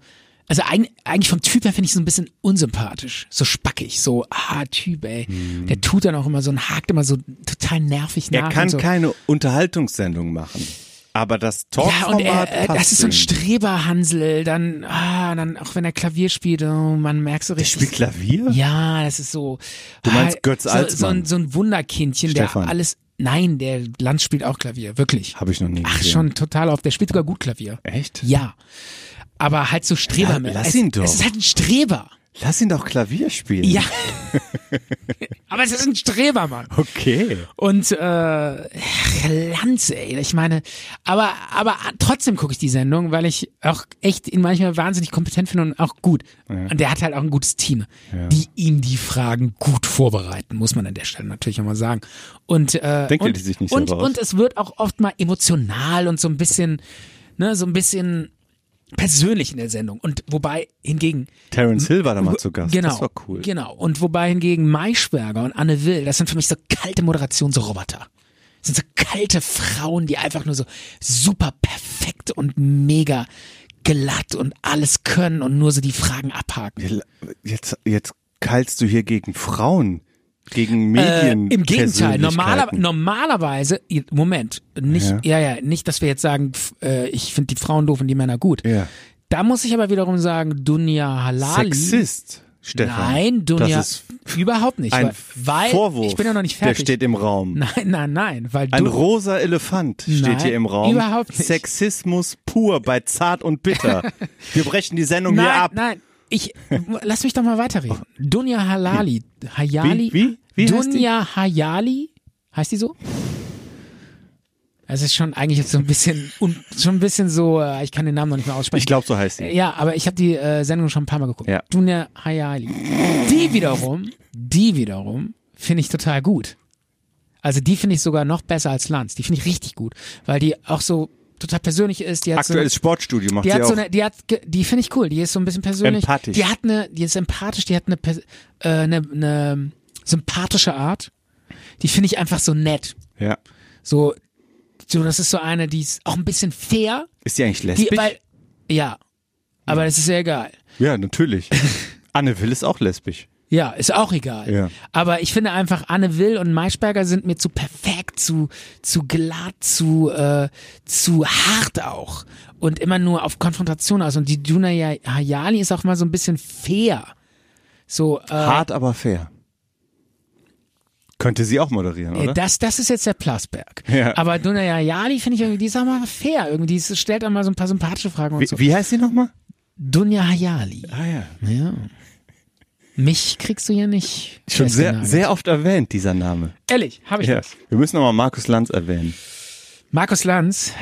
[SPEAKER 3] also eig eigentlich vom Typ her finde ich so ein bisschen unsympathisch, so spackig, so, ah, Typ, ey. Der tut dann auch immer so und hakt immer so total nervig nach.
[SPEAKER 4] Mhm. Er kann
[SPEAKER 3] und so.
[SPEAKER 4] keine Unterhaltungssendung machen. Aber das
[SPEAKER 3] Ja, und
[SPEAKER 4] Talkformat
[SPEAKER 3] er, äh,
[SPEAKER 4] passt
[SPEAKER 3] das ist so ein
[SPEAKER 4] ihm.
[SPEAKER 3] Streberhansel, dann, ah, dann, auch wenn er Klavier spielt, oh, man merkt so
[SPEAKER 4] Der
[SPEAKER 3] richtig.
[SPEAKER 4] spielt Klavier?
[SPEAKER 3] Ja, das ist so. Du
[SPEAKER 4] meinst Götz
[SPEAKER 3] so, So
[SPEAKER 4] Alsmann?
[SPEAKER 3] ein, so ein Wunderkindchen,
[SPEAKER 4] Stefan.
[SPEAKER 3] der alles. Nein, der Lanz spielt auch Klavier, wirklich.
[SPEAKER 4] Habe ich noch nie
[SPEAKER 3] Ach,
[SPEAKER 4] gesehen.
[SPEAKER 3] schon total auf. Der spielt sogar gut Klavier.
[SPEAKER 4] Echt?
[SPEAKER 3] Ja. Aber halt so Streber.
[SPEAKER 4] Ja, lass ihn doch.
[SPEAKER 3] Es ist halt ein Streber.
[SPEAKER 4] Lass ihn doch Klavier spielen.
[SPEAKER 3] Ja. Aber es ist ein Streber, Mann.
[SPEAKER 4] Okay.
[SPEAKER 3] Und äh, ach, Lanz, ey, ich meine, aber aber trotzdem gucke ich die Sendung, weil ich auch echt ihn manchmal wahnsinnig kompetent finde und auch gut. Und der hat halt auch ein gutes Team, die ihm die Fragen gut vorbereiten, muss man an der Stelle natürlich auch mal sagen. Und äh,
[SPEAKER 4] Denkt ihr
[SPEAKER 3] und,
[SPEAKER 4] die sich nicht
[SPEAKER 3] und,
[SPEAKER 4] selber aus?
[SPEAKER 3] und es wird auch oft mal emotional und so ein bisschen, ne, so ein bisschen persönlich in der Sendung. Und wobei hingegen
[SPEAKER 4] Terence Hill war da mal zu Gast.
[SPEAKER 3] Genau.
[SPEAKER 4] Das war cool.
[SPEAKER 3] Genau. Und wobei hingegen Maischberger und Anne Will, das sind für mich so kalte Moderationsroboter. Das sind so kalte Frauen, die einfach nur so super perfekt und mega glatt und alles können und nur so die Fragen abhaken.
[SPEAKER 4] Jetzt, jetzt keilst du hier gegen Frauen, gegen Medien.
[SPEAKER 3] Äh, Im Gegenteil, normaler,
[SPEAKER 4] Persönlichkeiten.
[SPEAKER 3] normalerweise, Moment, nicht, ja. ja, nicht, dass wir jetzt sagen, pf, äh, ich finde die Frauen doof und die Männer gut.
[SPEAKER 4] Ja.
[SPEAKER 3] Da muss ich aber wiederum sagen, Dunja Halali.
[SPEAKER 4] Sexist, Stefan.
[SPEAKER 3] Nein, Dunja,
[SPEAKER 4] Das ist
[SPEAKER 3] überhaupt nicht.
[SPEAKER 4] ein
[SPEAKER 3] weil,
[SPEAKER 4] Vorwurf.
[SPEAKER 3] ich bin ja noch nicht fertig.
[SPEAKER 4] Der steht im Raum.
[SPEAKER 3] Nein, nein, nein, weil
[SPEAKER 4] Ein
[SPEAKER 3] du
[SPEAKER 4] rosa Elefant steht
[SPEAKER 3] Nein,
[SPEAKER 4] hier im Raum.
[SPEAKER 3] überhaupt nicht.
[SPEAKER 4] Sexismus pur bei Zart und Bitter. Wir brechen die Sendung
[SPEAKER 3] nein,
[SPEAKER 4] hier ab.
[SPEAKER 3] nein, ich lass mich doch mal weiterreden. Dunja Halali, Hayali,
[SPEAKER 4] Wie? Wie? Wie heißt die?
[SPEAKER 3] Dunja Hayali, heißt die so? Es ist schon eigentlich jetzt so ein bisschen un, schon ein bisschen so, äh, ich kann den Namen noch nicht mehr aussprechen.
[SPEAKER 4] Ich glaube, so heißt sie.
[SPEAKER 3] Ja, aber ich habe die äh, Sendung schon ein paar Mal geguckt.
[SPEAKER 4] Ja.
[SPEAKER 3] Dunja Hayali. Die wiederum, die wiederum finde ich total gut. Also die finde ich sogar noch besser als Lanz. Die finde ich richtig gut, weil die auch so total persönlich ist. Die hat so eine-
[SPEAKER 4] Aktuelles Sportstudio macht
[SPEAKER 3] Die
[SPEAKER 4] sie
[SPEAKER 3] hat
[SPEAKER 4] auch.
[SPEAKER 3] so eine, die hat, ge- die finde ich cool. Die ist so ein bisschen persönlich.
[SPEAKER 4] Empathisch.
[SPEAKER 3] Die hat eine, die ist empathisch. Die hat eine, pers- äh, eine, eine sympathische Art. Die finde ich einfach so nett.
[SPEAKER 4] ja.
[SPEAKER 3] So, so das ist so eine, die ist auch ein bisschen fair.
[SPEAKER 4] Ist die eigentlich
[SPEAKER 3] Die,
[SPEAKER 4] lesbisch?
[SPEAKER 3] weil, ja, aber das ist ja egal.
[SPEAKER 4] ja, natürlich. Anne Will ist auch lesbisch.
[SPEAKER 3] Ja, ist auch egal.
[SPEAKER 4] Ja.
[SPEAKER 3] Aber ich finde einfach, Anne Will und Maischberger sind mir zu perfekt stark, zu, zu glatt, zu, äh, zu hart auch. Und immer nur auf Konfrontation aus. Und die Duna Hayali ist auch mal so ein bisschen fair. So, äh,
[SPEAKER 4] Hart, aber fair. Könnte sie auch moderieren,
[SPEAKER 3] Ey,
[SPEAKER 4] oder?
[SPEAKER 3] Das, das ist jetzt der Plasberg.
[SPEAKER 4] Ja.
[SPEAKER 3] Aber Dunaya Yali finde ich irgendwie, die ist auch mal fair. Irgendwie, die ist- stellt einmal so ein paar sympathische Fragen und
[SPEAKER 4] Wie,
[SPEAKER 3] so.
[SPEAKER 4] wie heißt sie nochmal?
[SPEAKER 3] Dunja Hayali.
[SPEAKER 4] Ah ja.
[SPEAKER 3] Ja. Mich kriegst du hier nicht.
[SPEAKER 4] Schon sehr,
[SPEAKER 3] festgenagelt.
[SPEAKER 4] sehr oft erwähnt, dieser Name.
[SPEAKER 3] Ehrlich, habe ich
[SPEAKER 4] Ja.
[SPEAKER 3] das.
[SPEAKER 4] Wir müssen nochmal Markus Lanz erwähnen.
[SPEAKER 3] Markus Lanz.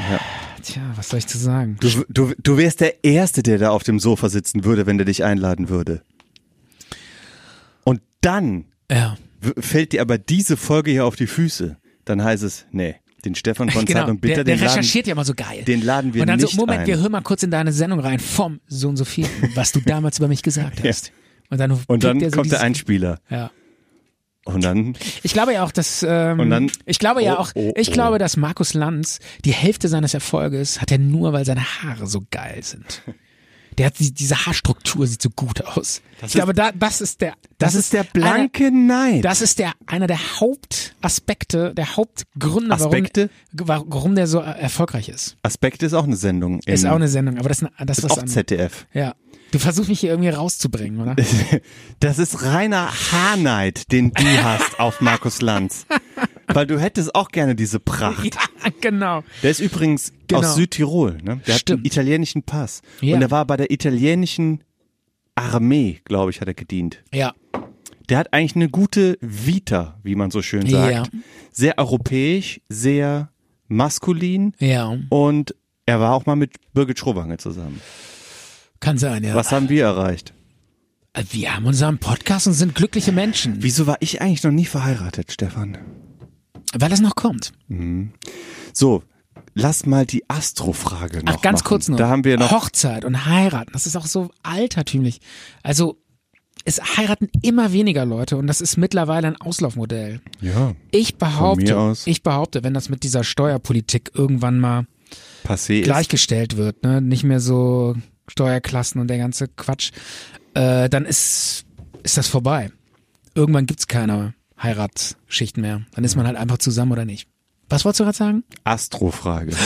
[SPEAKER 3] Tja, was soll ich zu sagen?
[SPEAKER 4] Du, du, du wärst der Erste, der da auf dem Sofa sitzen würde, wenn der dich einladen würde. Und dann
[SPEAKER 3] Ja.
[SPEAKER 4] w- fällt dir aber diese Folge hier auf die Füße. Dann heißt es, nee, den Stefan von Zart
[SPEAKER 3] Genau,
[SPEAKER 4] und Bitter,
[SPEAKER 3] der, der
[SPEAKER 4] den laden-
[SPEAKER 3] recherchiert ja mal so geil.
[SPEAKER 4] den laden wir
[SPEAKER 3] Und dann
[SPEAKER 4] nicht
[SPEAKER 3] so, Moment,
[SPEAKER 4] ein.
[SPEAKER 3] wir hören mal kurz in deine Sendung rein vom so und so viel, was du damals über mich gesagt hast. Und dann,
[SPEAKER 4] Und dann
[SPEAKER 3] der so
[SPEAKER 4] kommt der
[SPEAKER 3] dieses-
[SPEAKER 4] Einspieler.
[SPEAKER 3] Ja.
[SPEAKER 4] Und dann,
[SPEAKER 3] Ich glaube ja auch, dass ähm,
[SPEAKER 4] Und dann-
[SPEAKER 3] ich glaube ja
[SPEAKER 4] Oh,
[SPEAKER 3] auch,
[SPEAKER 4] oh,
[SPEAKER 3] ich
[SPEAKER 4] oh.
[SPEAKER 3] glaube, dass Markus Lanz die Hälfte seines Erfolges hat er nur, weil seine Haare so geil sind. Der hat die, diese Haarstruktur sieht so gut aus. ich glaube, da, das ist der, das,
[SPEAKER 4] das ist der blanke
[SPEAKER 3] einer-
[SPEAKER 4] Nein.
[SPEAKER 3] das ist der einer der Hauptaspekte, der Hauptgründe,
[SPEAKER 4] Aspekte?
[SPEAKER 3] warum, warum der so äh, erfolgreich ist.
[SPEAKER 4] Aspekt ist auch eine Sendung. In,
[SPEAKER 3] Ist auch eine Sendung, aber das ist eine- das ist
[SPEAKER 4] Mhm. ist
[SPEAKER 3] was
[SPEAKER 4] auch
[SPEAKER 3] anderes.
[SPEAKER 4] ZDF.
[SPEAKER 3] Ja, du versuchst mich hier irgendwie rauszubringen, oder?
[SPEAKER 4] Das ist reiner Haarneid, den du hast auf Markus Lanz. Weil du hättest auch gerne diese Pracht.
[SPEAKER 3] genau.
[SPEAKER 4] Der ist übrigens
[SPEAKER 3] Genau.
[SPEAKER 4] aus Südtirol, ne? Der hat einen
[SPEAKER 3] Stimmt.
[SPEAKER 4] italienischen Pass.
[SPEAKER 3] Ja.
[SPEAKER 4] Und er war bei der italienischen Armee, glaube ich, hat er gedient.
[SPEAKER 3] Ja,
[SPEAKER 4] Der hat eigentlich eine gute Vita, wie man so schön sagt.
[SPEAKER 3] Ja.
[SPEAKER 4] Sehr europäisch, sehr maskulin
[SPEAKER 3] ja,
[SPEAKER 4] und er war auch mal mit Birgit Schrobange zusammen.
[SPEAKER 3] kann sein, ja.
[SPEAKER 4] Was haben wir erreicht?
[SPEAKER 3] Wir haben unseren Podcast und sind glückliche Menschen.
[SPEAKER 4] Wieso war ich eigentlich noch nie verheiratet, Stefan?
[SPEAKER 3] Weil das noch kommt.
[SPEAKER 4] So, lass mal die Astrofrage noch
[SPEAKER 3] Ach, ganz
[SPEAKER 4] machen.
[SPEAKER 3] kurz noch.
[SPEAKER 4] Da haben wir noch
[SPEAKER 3] Hochzeit und heiraten. Das ist auch so altertümlich. Also, es heiraten immer weniger Leute und das ist mittlerweile ein Auslaufmodell.
[SPEAKER 4] ja,
[SPEAKER 3] Ich
[SPEAKER 4] mir
[SPEAKER 3] behaupte,
[SPEAKER 4] aus.
[SPEAKER 3] ich behaupte, wenn das mit dieser Steuerpolitik irgendwann mal
[SPEAKER 4] passé ist.
[SPEAKER 3] gleichgestellt wird, ne? nicht mehr so Steuerklassen und der ganze Quatsch, äh, dann ist, ist das vorbei. Irgendwann gibt's keine Heiratsschichten mehr. Dann ist man halt einfach zusammen oder nicht. Was wolltest du gerade sagen?
[SPEAKER 4] Astrofrage.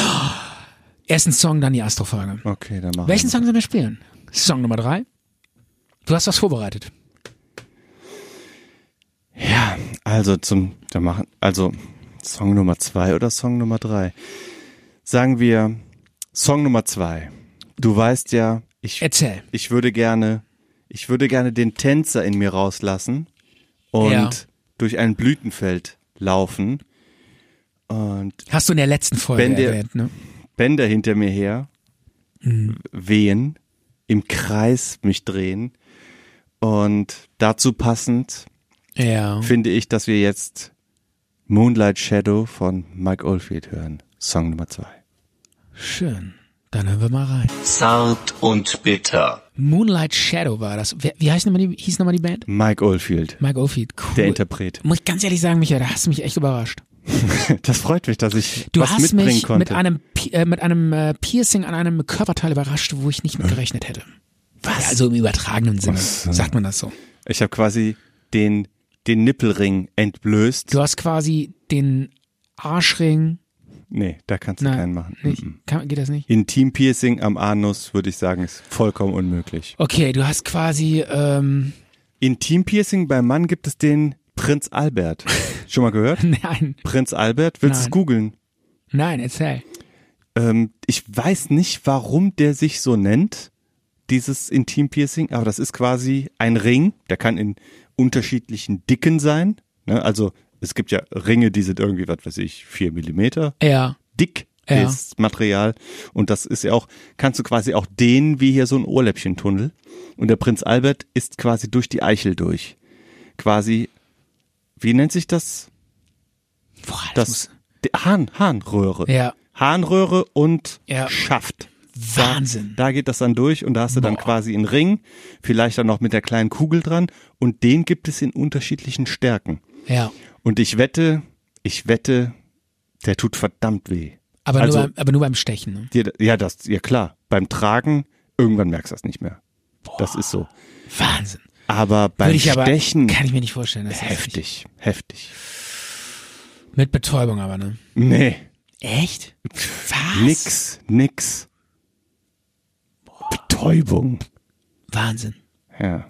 [SPEAKER 3] Ersten Song, dann die Astrofrage.
[SPEAKER 4] Okay, dann machen
[SPEAKER 3] Welchen
[SPEAKER 4] wir.
[SPEAKER 3] Song sollen wir spielen? Song Nummer drei. Du hast was vorbereitet.
[SPEAKER 4] Ja, also zum, da machen, also Song Nummer zwei oder Song Nummer drei. Sagen wir Song Nummer zwei. Du weißt ja, ich,
[SPEAKER 3] Erzähl.
[SPEAKER 4] ich würde gerne, ich würde gerne den Tänzer in mir rauslassen und
[SPEAKER 3] Ja.
[SPEAKER 4] durch ein Blütenfeld laufen und
[SPEAKER 3] Hast du in der letzten Folge
[SPEAKER 4] Wenn der-
[SPEAKER 3] erwähnt, ne?
[SPEAKER 4] Bänder hinter mir her
[SPEAKER 3] Mhm.
[SPEAKER 4] wehen, im Kreis mich drehen und dazu passend
[SPEAKER 3] Ja.
[SPEAKER 4] finde ich, dass wir jetzt Moonlight Shadow von Mike Oldfield hören. Song Nummer zwei.
[SPEAKER 3] Schön. Dann hören wir mal rein.
[SPEAKER 1] Zart und bitter.
[SPEAKER 3] Moonlight Shadow war das. Wer, wie heißt nochmal die, hieß nochmal die Band?
[SPEAKER 4] Mike Oldfield,
[SPEAKER 3] Mike Oldfield. Cool.
[SPEAKER 4] der Interpret.
[SPEAKER 3] Muss ich ganz ehrlich sagen, Michael, da hast du mich echt überrascht.
[SPEAKER 4] Das freut mich, dass ich
[SPEAKER 3] Du
[SPEAKER 4] was
[SPEAKER 3] hast
[SPEAKER 4] mitbringen
[SPEAKER 3] mich
[SPEAKER 4] konnte.
[SPEAKER 3] mit einem, Pi- äh, mit einem äh, Piercing an einem Körperteil überrascht, wo ich nicht mit
[SPEAKER 4] Hm.
[SPEAKER 3] gerechnet hätte. Was? Also im übertragenen Sinne sagt man das so.
[SPEAKER 4] ich habe quasi den, den Nippelring entblößt.
[SPEAKER 3] Du hast quasi den Arschring.
[SPEAKER 4] nee, da kannst du
[SPEAKER 3] Nein,
[SPEAKER 4] keinen machen. Mhm.
[SPEAKER 3] Nicht, kann, geht das nicht?
[SPEAKER 4] Intim-Piercing am Anus, würde ich sagen, ist vollkommen unmöglich.
[SPEAKER 3] Okay, du hast quasi, ähm,
[SPEAKER 4] Intimpiercing beim Mann gibt es den Prinz Albert. Schon mal gehört?
[SPEAKER 3] nein,
[SPEAKER 4] Prinz Albert, willst du es
[SPEAKER 3] Nein.
[SPEAKER 4] googeln?
[SPEAKER 3] nein, erzähl.
[SPEAKER 4] Ähm, ich weiß nicht, warum der sich so nennt, dieses Intimpiercing, aber das ist quasi ein Ring, der kann in unterschiedlichen Dicken sein. Ne? Also es gibt ja Ringe, die sind irgendwie, was weiß ich, vier Millimeter
[SPEAKER 3] Ja,
[SPEAKER 4] dick.
[SPEAKER 3] Ja.
[SPEAKER 4] ist Material und das ist ja auch, kannst du quasi auch dehnen wie hier so ein Ohrläppchentunnel und der Prinz Albert ist quasi durch die Eichel durch. Quasi, wie nennt sich das?
[SPEAKER 3] boah, das,
[SPEAKER 4] das die Hahn, Hahnröhre.
[SPEAKER 3] Ja.
[SPEAKER 4] Hahnröhre und
[SPEAKER 3] Ja.
[SPEAKER 4] Schaft.
[SPEAKER 3] muss Wahnsinn.
[SPEAKER 4] Da geht das dann durch und da hast du dann quasi einen Ring, vielleicht dann noch mit der kleinen Kugel dran und den gibt es in unterschiedlichen Stärken.
[SPEAKER 3] Ja,
[SPEAKER 4] Und ich wette, ich wette, der tut verdammt weh.
[SPEAKER 3] aber,
[SPEAKER 4] also,
[SPEAKER 3] nur beim, aber nur beim Stechen. Ne?
[SPEAKER 4] dir, ja, das, ja klar, beim Tragen, irgendwann merkst du das nicht mehr. Das ist so.
[SPEAKER 3] Wahnsinn.
[SPEAKER 4] Aber beim
[SPEAKER 3] Würde ich aber,
[SPEAKER 4] Stechen,
[SPEAKER 3] kann ich mir nicht vorstellen. dass Das
[SPEAKER 4] heftig, heftig.
[SPEAKER 3] Mit Betäubung aber, ne?
[SPEAKER 4] Nee,
[SPEAKER 3] Echt? Was?
[SPEAKER 4] nix, nix. Betäubung.
[SPEAKER 3] Wahnsinn.
[SPEAKER 4] Ja.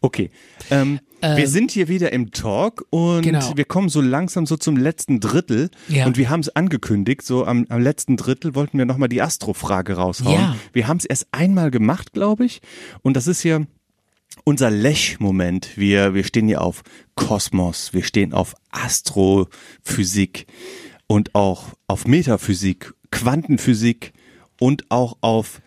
[SPEAKER 4] Okay. Ähm, wir sind hier wieder im Talk und
[SPEAKER 3] Genau.
[SPEAKER 4] wir kommen so langsam so zum letzten Drittel.
[SPEAKER 3] Ja.
[SPEAKER 4] Und wir haben es angekündigt, so am, am letzten Drittel wollten wir nochmal die Astro-Frage raushauen.
[SPEAKER 3] Ja.
[SPEAKER 4] Wir haben es erst einmal gemacht, glaube ich. Und das ist hier unser Lech-Moment. Wir, wir stehen hier auf Kosmos, wir stehen auf Astrophysik und auch auf Metaphysik, Quantenphysik und auch auf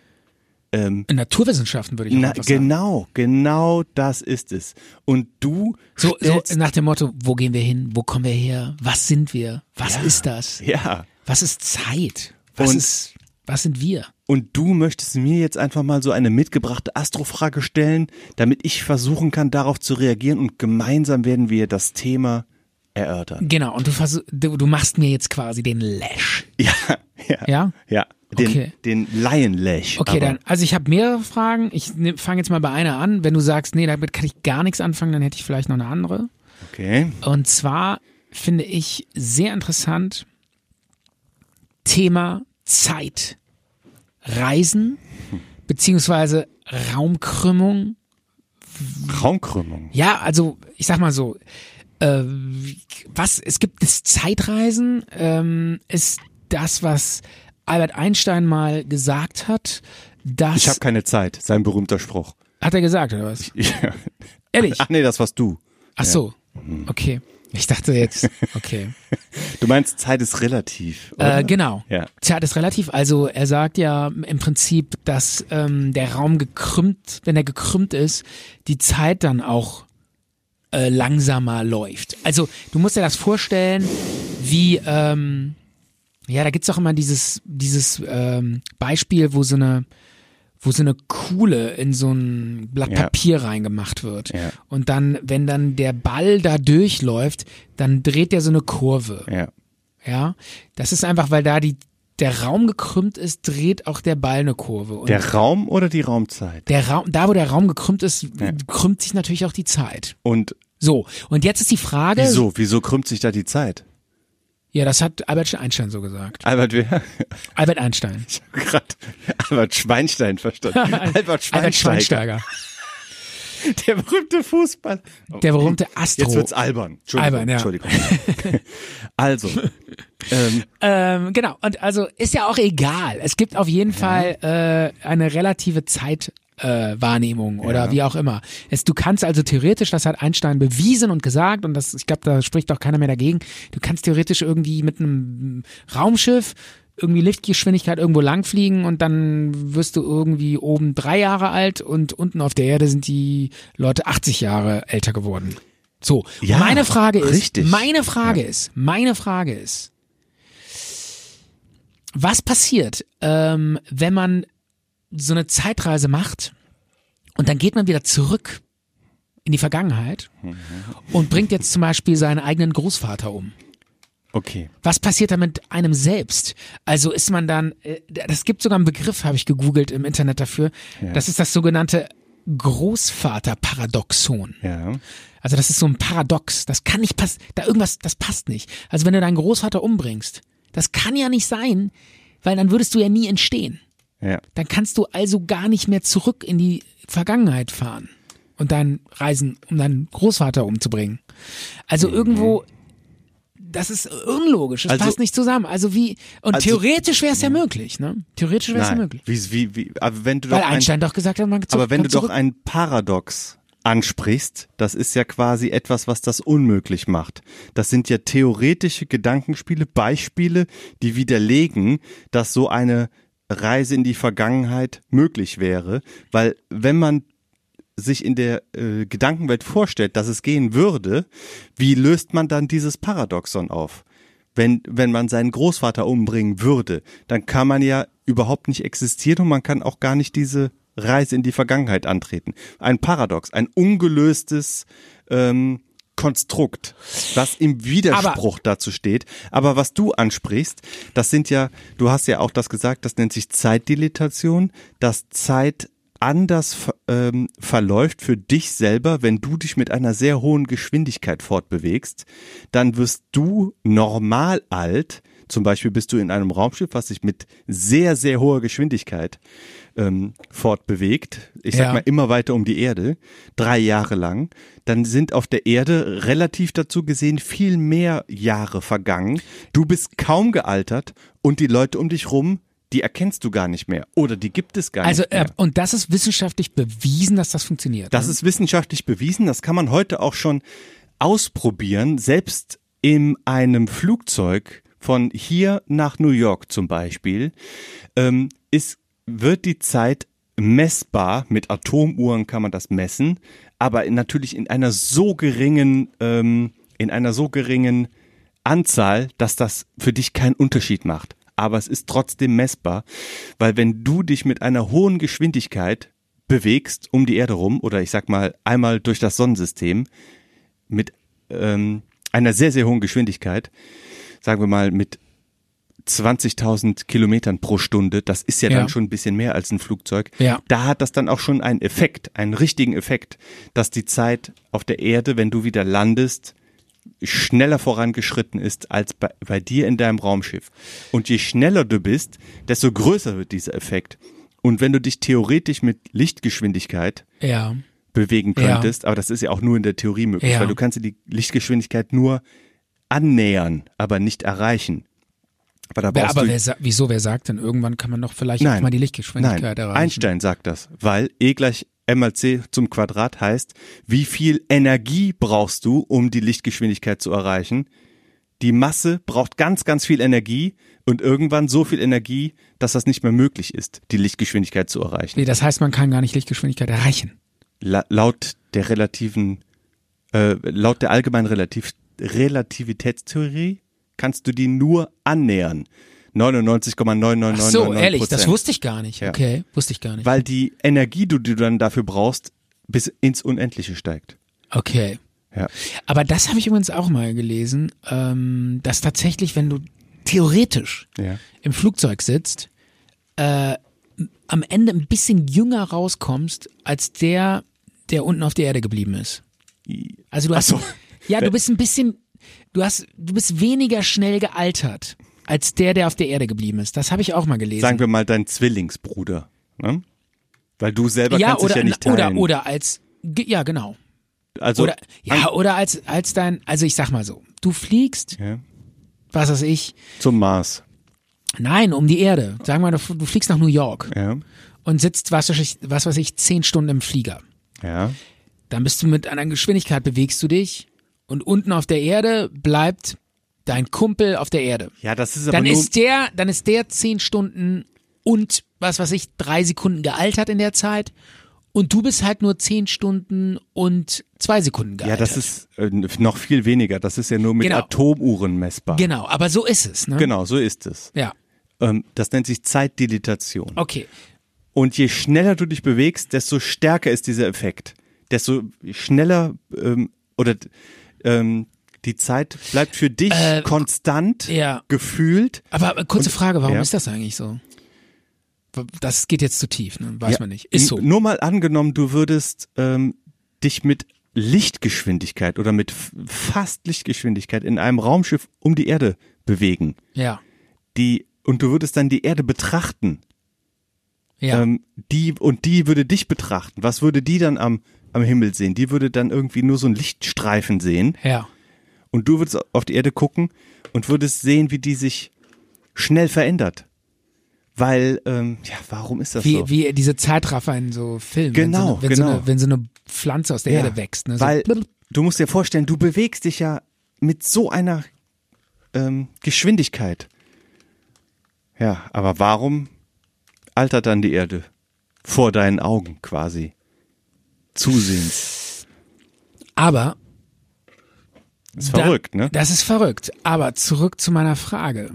[SPEAKER 3] In Naturwissenschaften würde ich auch
[SPEAKER 4] na,
[SPEAKER 3] einfach sagen.
[SPEAKER 4] genau, genau das ist es. Und du
[SPEAKER 3] So, ne so
[SPEAKER 4] stellst,
[SPEAKER 3] nach dem Motto, wo gehen wir hin, wo kommen wir her, was sind wir, was ist das,
[SPEAKER 4] ja.
[SPEAKER 3] was ist Zeit, was,
[SPEAKER 4] Und-
[SPEAKER 3] ist, was sind wir?
[SPEAKER 4] Und du möchtest mir jetzt einfach mal so eine mitgebrachte Astrofrage stellen, damit ich versuchen kann, darauf zu reagieren und gemeinsam werden wir das Thema erörtern.
[SPEAKER 3] Genau, und du, versuch, du, du machst mir jetzt quasi den Lash.
[SPEAKER 4] Ja, ja.
[SPEAKER 3] Ja?
[SPEAKER 4] Ja. Den,
[SPEAKER 3] Okay.
[SPEAKER 4] den Laienlech.
[SPEAKER 3] Okay,
[SPEAKER 4] aber-
[SPEAKER 3] dann, also ich habe mehrere Fragen. Ich fange jetzt mal bei einer an. Wenn du sagst, nee, damit kann ich gar nichts anfangen, dann hätte ich vielleicht noch eine andere.
[SPEAKER 4] Okay.
[SPEAKER 3] Und zwar finde ich sehr interessant Thema Zeit, Reisen, beziehungsweise Raumkrümmung,
[SPEAKER 4] Raumkrümmung.
[SPEAKER 3] Ja, also ich sag mal so, äh, was es gibt das Zeitreisen ähm, ist das, was Albert Einstein mal gesagt hat. Dass,
[SPEAKER 4] Ich habe keine Zeit, sein berühmter Spruch.
[SPEAKER 3] hat er gesagt oder was?
[SPEAKER 4] Ja.
[SPEAKER 3] Ehrlich?
[SPEAKER 4] Ach nee, das warst du.
[SPEAKER 3] Ach so, okay. Ich dachte jetzt, okay.
[SPEAKER 4] Du meinst, Zeit ist relativ. Oder?
[SPEAKER 3] Äh, genau.
[SPEAKER 4] Ja.
[SPEAKER 3] Zeit ist relativ. Also er sagt ja im Prinzip, dass ähm, der Raum gekrümmt, wenn er gekrümmt ist, die Zeit dann auch äh, langsamer läuft. Also du musst dir das vorstellen, wie ähm, ja, da gibt's doch immer dieses dieses ähm, Beispiel, wo so eine wo so eine Kuhle in so ein Blatt
[SPEAKER 4] Ja.
[SPEAKER 3] Papier reingemacht wird.
[SPEAKER 4] Ja.
[SPEAKER 3] Und dann, wenn dann der Ball da durchläuft, dann dreht der so eine Kurve.
[SPEAKER 4] Ja.
[SPEAKER 3] Ja, das ist einfach, weil da die, der Raum gekrümmt ist, dreht auch der Ball eine Kurve. Und
[SPEAKER 4] Der Raum oder die Raumzeit?
[SPEAKER 3] der Raum, da wo der Raum gekrümmt ist, krümmt sich natürlich auch die Zeit.
[SPEAKER 4] Und
[SPEAKER 3] So, und jetzt ist die Frage.
[SPEAKER 4] wieso? Wieso krümmt sich da die Zeit?
[SPEAKER 3] Ja, das hat Albert Einstein so gesagt.
[SPEAKER 4] Albert, wer?
[SPEAKER 3] Albert Einstein.
[SPEAKER 4] Ich habe gerade Albert Schweinstein verstanden. Albert Schweinsteiger.
[SPEAKER 3] Albert Schweinsteiger.
[SPEAKER 4] Der berühmte Fußball.
[SPEAKER 3] Der berühmte Astro.
[SPEAKER 4] Jetzt wird's albern. Entschuldigung.
[SPEAKER 3] Albern, ja.
[SPEAKER 4] Entschuldigung. Also, ähm,
[SPEAKER 3] Ähm, genau, und also ist ja auch egal. Es gibt auf jeden Fall äh, eine relative Zeit. Äh, Wahrnehmung oder wie auch immer. Es, du kannst also theoretisch, das hat Einstein bewiesen und gesagt, und das, ich glaube, da spricht auch keiner mehr dagegen, du kannst theoretisch irgendwie mit einem Raumschiff irgendwie Lichtgeschwindigkeit irgendwo langfliegen und dann wirst du irgendwie oben drei Jahre alt und unten auf der Erde sind die Leute 80 Jahre älter geworden. So,
[SPEAKER 4] Ja,
[SPEAKER 3] meine Frage ist,
[SPEAKER 4] richtig.
[SPEAKER 3] meine Frage ist, meine Frage ist, was passiert, ähm, wenn man so eine Zeitreise macht und dann geht man wieder zurück in die Vergangenheit und bringt jetzt zum Beispiel seinen eigenen Großvater um?
[SPEAKER 4] okay.
[SPEAKER 3] Was passiert da mit einem selbst? Also ist man dann, äh, das gibt sogar einen Begriff, habe ich gegoogelt im Internet dafür. Das ist das sogenannte Großvaterparadoxon.
[SPEAKER 4] Ja.
[SPEAKER 3] Also das ist so ein Paradox. Das kann nicht passen. Da irgendwas, das passt nicht. Also wenn du deinen Großvater umbringst, das kann ja nicht sein, weil dann würdest du ja nie entstehen.
[SPEAKER 4] Ja.
[SPEAKER 3] Dann kannst du also gar nicht mehr zurück in die Vergangenheit fahren und dann reisen, um deinen Großvater umzubringen. Also irgendwo, das ist unlogisch. Das
[SPEAKER 4] Mhm. Also-
[SPEAKER 3] passt nicht zusammen. Also wie, und
[SPEAKER 4] Also-
[SPEAKER 3] theoretisch wäre es ja möglich, ne? Theoretisch wäre es ja
[SPEAKER 4] Nein.
[SPEAKER 3] möglich.
[SPEAKER 4] Wie, wie, wie, aber wenn du
[SPEAKER 3] Weil
[SPEAKER 4] doch ein,
[SPEAKER 3] Einstein doch gesagt hat, man kann zurück,
[SPEAKER 4] aber wenn du
[SPEAKER 3] kann
[SPEAKER 4] doch
[SPEAKER 3] zurück.
[SPEAKER 4] ein Paradox ansprichst, das ist ja quasi etwas, was das unmöglich macht. Das sind ja theoretische Gedankenspiele, Beispiele, die widerlegen, dass so eine Reise in die Vergangenheit möglich wäre, weil wenn man sich in der äh, Gedankenwelt vorstellt, dass es gehen würde, wie löst man dann dieses Paradoxon auf? Wenn, wenn man seinen Großvater umbringen würde, dann kann man ja überhaupt nicht existieren und man kann auch gar nicht diese Reise in die Vergangenheit antreten. Ein Paradox, ein ungelöstes ähm, Konstrukt, das im Widerspruch dazu steht. Aber was du ansprichst, das sind ja, du hast ja auch das gesagt, das nennt sich Zeitdilatation, dass Zeit anders ver- ähm, verläuft für dich selber, wenn du dich mit einer sehr hohen Geschwindigkeit fortbewegst, dann wirst du normal alt. Zum Beispiel bist du in einem Raumschiff, was sich mit sehr, sehr hoher Geschwindigkeit ähm, fortbewegt. Ich sag
[SPEAKER 3] Ja.
[SPEAKER 4] mal immer weiter um die Erde, drei Jahre lang. Dann sind auf der Erde relativ dazu gesehen viel mehr Jahre vergangen. Du bist kaum gealtert und die Leute um dich rum, die erkennst du gar nicht mehr oder die gibt es gar
[SPEAKER 3] Also,
[SPEAKER 4] nicht mehr.
[SPEAKER 3] äh, und das ist wissenschaftlich bewiesen, dass das funktioniert.
[SPEAKER 4] Das ist wissenschaftlich bewiesen, das kann man heute auch schon ausprobieren, selbst in einem Flugzeug von hier nach New York zum Beispiel, ähm, ist, wird die Zeit messbar, mit Atomuhren kann man das messen, aber in, natürlich in einer so geringen, ähm, in einer so geringen Anzahl, dass das für dich keinen Unterschied macht. Aber es ist trotzdem messbar, weil wenn du dich mit einer hohen Geschwindigkeit bewegst um die Erde rum oder ich sag mal einmal durch das Sonnensystem mit ähm, einer sehr, sehr hohen Geschwindigkeit, sagen wir mal mit 20.000 Kilometern pro Stunde, das ist ja,
[SPEAKER 3] Ja.
[SPEAKER 4] dann schon ein bisschen mehr als ein Flugzeug,
[SPEAKER 3] Ja.
[SPEAKER 4] da hat das dann auch schon einen Effekt, einen richtigen Effekt, dass die Zeit auf der Erde, wenn du wieder landest, schneller vorangeschritten ist als bei, bei dir in deinem Raumschiff. Und je schneller du bist, desto größer wird dieser Effekt. Und wenn du dich theoretisch mit Lichtgeschwindigkeit
[SPEAKER 3] ne? ja.
[SPEAKER 4] bewegen
[SPEAKER 3] Ja.
[SPEAKER 4] könntest, aber das ist ja auch nur in der Theorie möglich,
[SPEAKER 3] Ja.
[SPEAKER 4] weil du kannst dir die Lichtgeschwindigkeit nur annähern, aber nicht erreichen. Aber da
[SPEAKER 3] Wer,
[SPEAKER 4] brauchst
[SPEAKER 3] aber
[SPEAKER 4] du
[SPEAKER 3] wer, sa- wieso, wer sagt denn, irgendwann kann man doch vielleicht auch mal die Lichtgeschwindigkeit
[SPEAKER 4] nein.
[SPEAKER 3] erreichen?
[SPEAKER 4] Einstein sagt das, weil E gleich M mal C zum Quadrat heißt, wie viel Energie brauchst du, um die Lichtgeschwindigkeit zu erreichen? Die Masse braucht ganz, ganz viel Energie und irgendwann so viel Energie, dass das nicht mehr möglich ist, die Lichtgeschwindigkeit zu erreichen.
[SPEAKER 3] Nee, das heißt, man kann gar nicht Lichtgeschwindigkeit erreichen.
[SPEAKER 4] La laut der relativen, äh, laut der allgemeinen Relativ Relativitätstheorie kannst du die nur annähern. 99,99999
[SPEAKER 3] Ach so, ehrlich, das wusste ich gar nicht.
[SPEAKER 4] Ja.
[SPEAKER 3] Okay, wusste ich gar nicht.
[SPEAKER 4] weil die Energie, die du dann dafür brauchst, bis ins Unendliche steigt.
[SPEAKER 3] Okay.
[SPEAKER 4] Ja.
[SPEAKER 3] Aber das habe ich übrigens auch mal gelesen, ähm, dass tatsächlich, wenn du theoretisch
[SPEAKER 4] Ja.
[SPEAKER 3] im Flugzeug sitzt, äh, am Ende ein bisschen jünger rauskommst als der, der unten auf der Erde geblieben ist. Also du hast,
[SPEAKER 4] so.
[SPEAKER 3] ja, du bist ein bisschen, du hast, du bist weniger schnell gealtert als der, der auf der Erde geblieben ist. Das habe ich auch mal gelesen.
[SPEAKER 4] Sagen wir mal dein Zwillingsbruder, ne? Weil du selber
[SPEAKER 3] ja,
[SPEAKER 4] kannst
[SPEAKER 3] oder,
[SPEAKER 4] dich ja nicht
[SPEAKER 3] oder,
[SPEAKER 4] teilen.
[SPEAKER 3] oder als, ge- ja, genau.
[SPEAKER 4] also,
[SPEAKER 3] oder, ja, oder als, als dein, also ich sag mal so, du fliegst,
[SPEAKER 4] Ja.
[SPEAKER 3] was weiß ich,
[SPEAKER 4] zum Mars.
[SPEAKER 3] nein, um die Erde. Sagen wir mal, du, du fliegst nach New York
[SPEAKER 4] Ja.
[SPEAKER 3] und sitzt, was weiß ich, was weiß ich zehn Stunden im Flieger.
[SPEAKER 4] Ja.
[SPEAKER 3] Dann bist du mit einer Geschwindigkeit, bewegst du dich und unten auf der Erde bleibt dein Kumpel auf der Erde.
[SPEAKER 4] Ja, das ist aber
[SPEAKER 3] Dann
[SPEAKER 4] nur
[SPEAKER 3] ist der, dann ist der zehn Stunden und was weiß ich, drei Sekunden gealtert in der Zeit. Und du bist halt nur zehn Stunden und zwei Sekunden
[SPEAKER 4] ja,
[SPEAKER 3] gealtert.
[SPEAKER 4] das ist äh, noch viel weniger. Das ist ja nur mit
[SPEAKER 3] Genau.
[SPEAKER 4] Atomuhren messbar.
[SPEAKER 3] Genau, aber so ist es, ne?
[SPEAKER 4] Genau, so ist es.
[SPEAKER 3] Ja.
[SPEAKER 4] Ähm, das nennt sich Zeitdilatation.
[SPEAKER 3] Okay.
[SPEAKER 4] Und je schneller du dich bewegst, desto stärker ist dieser Effekt. Desto schneller ähm, oder ähm, die Zeit bleibt für dich
[SPEAKER 3] Äh,
[SPEAKER 4] konstant
[SPEAKER 3] ja.
[SPEAKER 4] gefühlt.
[SPEAKER 3] Aber äh, kurze Frage, warum
[SPEAKER 4] ja.
[SPEAKER 3] ist das eigentlich so? W- Das geht jetzt zu tief, ne? Weiß
[SPEAKER 4] Ja,
[SPEAKER 3] man nicht. Ist so.
[SPEAKER 4] Nur mal angenommen, du würdest ähm, dich mit Lichtgeschwindigkeit oder mit f- fast Lichtgeschwindigkeit in einem Raumschiff um die Erde bewegen.
[SPEAKER 3] Ja.
[SPEAKER 4] Die, und du würdest dann die Erde betrachten.
[SPEAKER 3] Ja.
[SPEAKER 4] Ähm, die, und die würde dich betrachten. Was würde die dann am, am Himmel sehen? Die würde dann irgendwie nur so einen Lichtstreifen sehen.
[SPEAKER 3] ja.
[SPEAKER 4] Und du würdest auf die Erde gucken und würdest sehen, wie die sich schnell verändert. Weil, ähm, ja, warum ist das
[SPEAKER 3] Wie,
[SPEAKER 4] so?
[SPEAKER 3] wie diese Zeitraffer in so Filmen.
[SPEAKER 4] Genau,
[SPEAKER 3] wenn so eine, wenn So
[SPEAKER 4] genau.
[SPEAKER 3] eine, wenn so eine Pflanze aus der
[SPEAKER 4] ja,
[SPEAKER 3] Erde wächst, ne? So
[SPEAKER 4] Weil du musst dir vorstellen, du bewegst dich ja mit so einer ähm, Geschwindigkeit. Ja, aber warum altert dann die Erde vor deinen Augen quasi? Zusehends.
[SPEAKER 3] Aber
[SPEAKER 4] Ist verrückt,
[SPEAKER 3] dann,
[SPEAKER 4] ne?
[SPEAKER 3] Das ist verrückt. Aber zurück zu meiner Frage.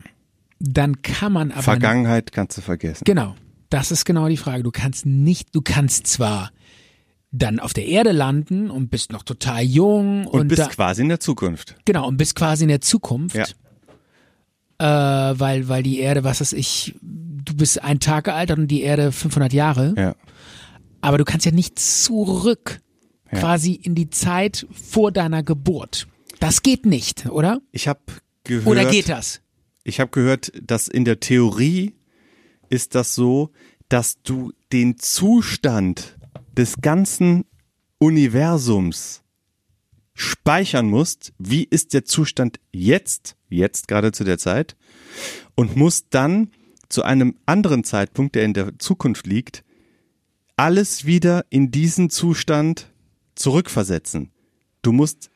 [SPEAKER 3] Dann kann man aber
[SPEAKER 4] Vergangenheit kannst du vergessen.
[SPEAKER 3] Genau. Das ist genau die Frage. Du kannst nicht, du kannst zwar dann auf der Erde landen und bist noch total jung und,
[SPEAKER 4] Und, bist
[SPEAKER 3] da,
[SPEAKER 4] quasi in der Zukunft.
[SPEAKER 3] genau und bist quasi in der Zukunft,
[SPEAKER 4] Ja.
[SPEAKER 3] äh, weil weil die Erde, was weiß ich, du bist ein Tag gealtert und die Erde 500 Jahre.
[SPEAKER 4] Ja.
[SPEAKER 3] Aber du kannst ja nicht zurück quasi in die Zeit vor deiner Geburt. Das geht nicht, oder?
[SPEAKER 4] Ich habe gehört.
[SPEAKER 3] Oder geht das?
[SPEAKER 4] Ich habe gehört, dass in der Theorie ist das so, dass du den Zustand des ganzen Universums speichern musst. Wie ist der Zustand jetzt, jetzt gerade zu der Zeit? Und musst dann zu einem anderen Zeitpunkt, der in der Zukunft liegt, alles wieder in diesen Zustand zurückversetzen. Du musst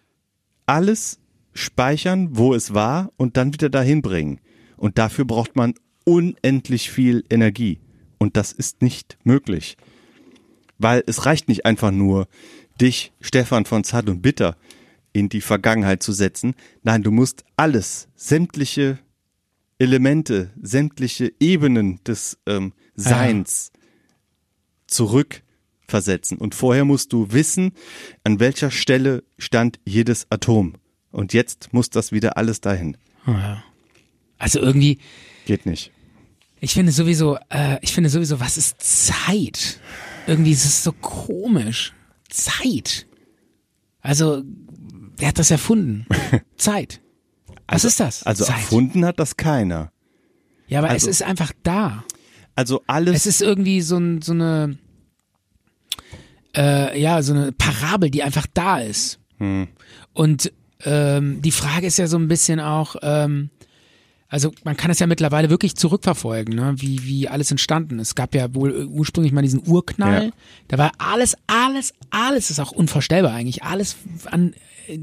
[SPEAKER 4] alles speichern, wo es war und dann wieder dahin bringen. Und dafür braucht man unendlich viel Energie. Und das ist nicht möglich. Weil es reicht nicht einfach nur, dich, Stefan von Zart und Bitter, in die Vergangenheit zu setzen. Nein, du musst alles, sämtliche Elemente, sämtliche Ebenen des ähm,
[SPEAKER 3] Ah
[SPEAKER 4] Seins zurückversetzen. Und vorher musst du wissen, an welcher Stelle stand jedes Atom. Und jetzt muss das wieder alles dahin.
[SPEAKER 3] Also irgendwie,
[SPEAKER 4] Geht nicht.
[SPEAKER 3] ich finde sowieso, äh, ich finde sowieso, was ist Zeit? Irgendwie ist es so komisch. Zeit. Also, wer hat das erfunden? Zeit. Was ist das?
[SPEAKER 4] Also
[SPEAKER 3] Zeit.
[SPEAKER 4] erfunden hat das keiner.
[SPEAKER 3] Ja, aber
[SPEAKER 4] also-
[SPEAKER 3] es ist einfach da.
[SPEAKER 4] Also alles.
[SPEAKER 3] Es ist irgendwie so, ein, so eine, äh, ja, so eine Parabel, die einfach da ist. Und ähm, die Frage ist ja so ein bisschen auch, ähm, also man kann es ja mittlerweile wirklich zurückverfolgen, ne? wie, wie alles entstanden ist. Es gab ja wohl ursprünglich mal diesen Urknall.
[SPEAKER 4] Ja.
[SPEAKER 3] Da war alles, alles, alles ist auch unvorstellbar eigentlich. Alles an äh,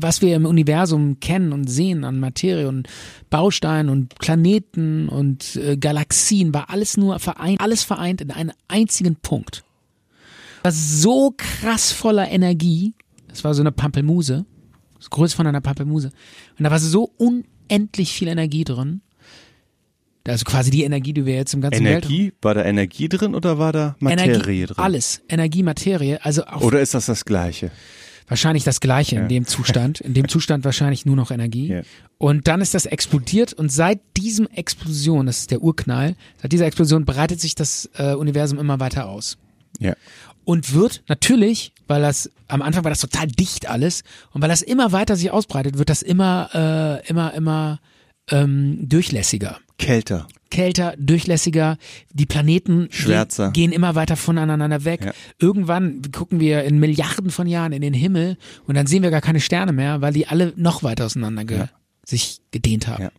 [SPEAKER 3] was wir im Universum kennen und sehen an Materie und Bausteinen und Planeten und äh, Galaxien, war alles nur vereint, alles vereint in einen einzigen Punkt. War so krass voller Energie. Das war so eine Pampelmuse. Das Größe von einer Pampelmuse. Und da war so unendlich viel Energie drin. Also quasi die Energie, die wir jetzt im ganzen Weltraum.
[SPEAKER 4] Energie? War da Energie drin oder war da Materie
[SPEAKER 3] Energie,
[SPEAKER 4] drin?
[SPEAKER 3] alles. Energie, Materie. Also auf
[SPEAKER 4] Oder ist das das Gleiche?
[SPEAKER 3] wahrscheinlich das Gleiche in dem Zustand. In dem Zustand wahrscheinlich nur noch Energie.
[SPEAKER 4] Ja.
[SPEAKER 3] Und dann ist das explodiert und seit diesem Explosion, das ist der Urknall, seit dieser Explosion breitet sich das äh, Universum immer weiter aus.
[SPEAKER 4] Ja.
[SPEAKER 3] Und wird natürlich, weil das am Anfang war das total dicht alles und weil das immer weiter sich ausbreitet, wird das immer, äh, immer, immer ähm, durchlässiger
[SPEAKER 4] Kälter.
[SPEAKER 3] kälter, durchlässiger, die Planeten
[SPEAKER 4] Schwärzer.
[SPEAKER 3] Gehen, gehen immer weiter voneinander weg.
[SPEAKER 4] Ja.
[SPEAKER 3] Irgendwann gucken wir in Milliarden von Jahren in den Himmel und dann sehen wir gar keine Sterne mehr, weil die alle noch weiter auseinander ge sich gedehnt haben.
[SPEAKER 4] Ja.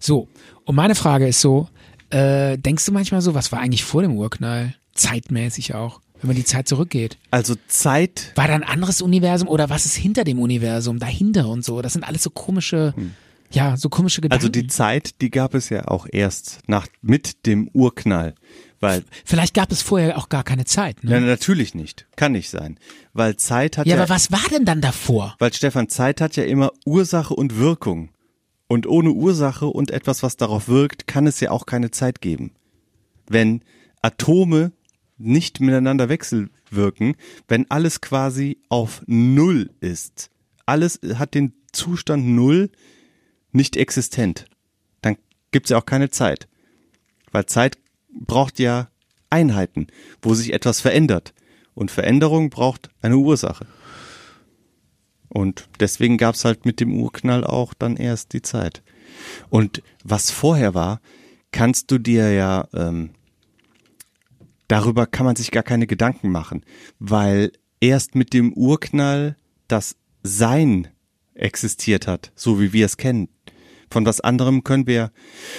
[SPEAKER 3] So, und meine Frage ist so, äh, denkst du manchmal so, was war eigentlich vor dem Urknall? Zeitmäßig auch, wenn man die Zeit zurückgeht.
[SPEAKER 4] Also Zeit.
[SPEAKER 3] War da ein anderes Universum oder was ist hinter dem Universum, dahinter und so? Das sind alles so komische, ja, so komische Gedanken.
[SPEAKER 4] Hm. Also die Zeit, die gab es ja auch erst nach mit dem Urknall, weil
[SPEAKER 3] Vielleicht gab es vorher auch gar keine Zeit. Ne?
[SPEAKER 4] na, natürlich nicht, kann nicht sein, weil Zeit hat
[SPEAKER 3] Ja,
[SPEAKER 4] ja,
[SPEAKER 3] aber was war denn dann davor?
[SPEAKER 4] weil Stefan Zeit hat ja immer Ursache und Wirkung und ohne Ursache und etwas, was darauf wirkt, kann es ja auch keine Zeit geben. Wenn Atome nicht miteinander wechselwirken, wenn alles quasi auf Null ist, alles hat den Zustand Null nicht existent, dann gibt's ja auch keine Zeit. Weil Zeit braucht ja Einheiten, wo sich etwas verändert. Und Veränderung braucht eine Ursache. Und deswegen gab's halt mit dem Urknall auch dann erst die Zeit. Und was vorher war, kannst du dir ja, ähm, darüber kann man sich gar keine Gedanken machen, weil erst mit dem Urknall das Sein existiert hat, so wie wir es kennen. Von was anderem können wir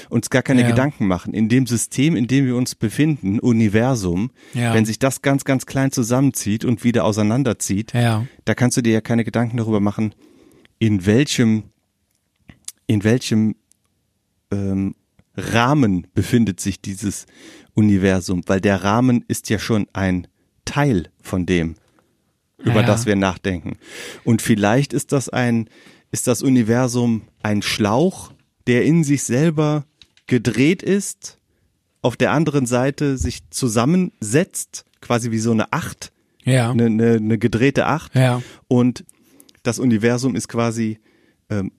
[SPEAKER 4] uns gar keine
[SPEAKER 3] Ja.
[SPEAKER 4] Gedanken machen. In dem System, in dem wir uns befinden, Universum,
[SPEAKER 3] Ja.
[SPEAKER 4] wenn sich das ganz, ganz klein zusammenzieht und wieder auseinanderzieht,
[SPEAKER 3] Ja.
[SPEAKER 4] da kannst du dir ja keine Gedanken darüber machen, in welchem, in welchem ähm, Rahmen befindet sich dieses Universum, weil der Rahmen ist ja schon ein Teil von dem, über
[SPEAKER 3] Ja.
[SPEAKER 4] das wir nachdenken. Und vielleicht ist das ein, ist das Universum ein Schlauch, der in sich selber gedreht ist, auf der anderen Seite sich zusammensetzt, quasi wie so eine Acht,
[SPEAKER 3] Ja.
[SPEAKER 4] eine, eine, eine gedrehte Acht.
[SPEAKER 3] Ja.
[SPEAKER 4] Und das Universum ist quasi ähm,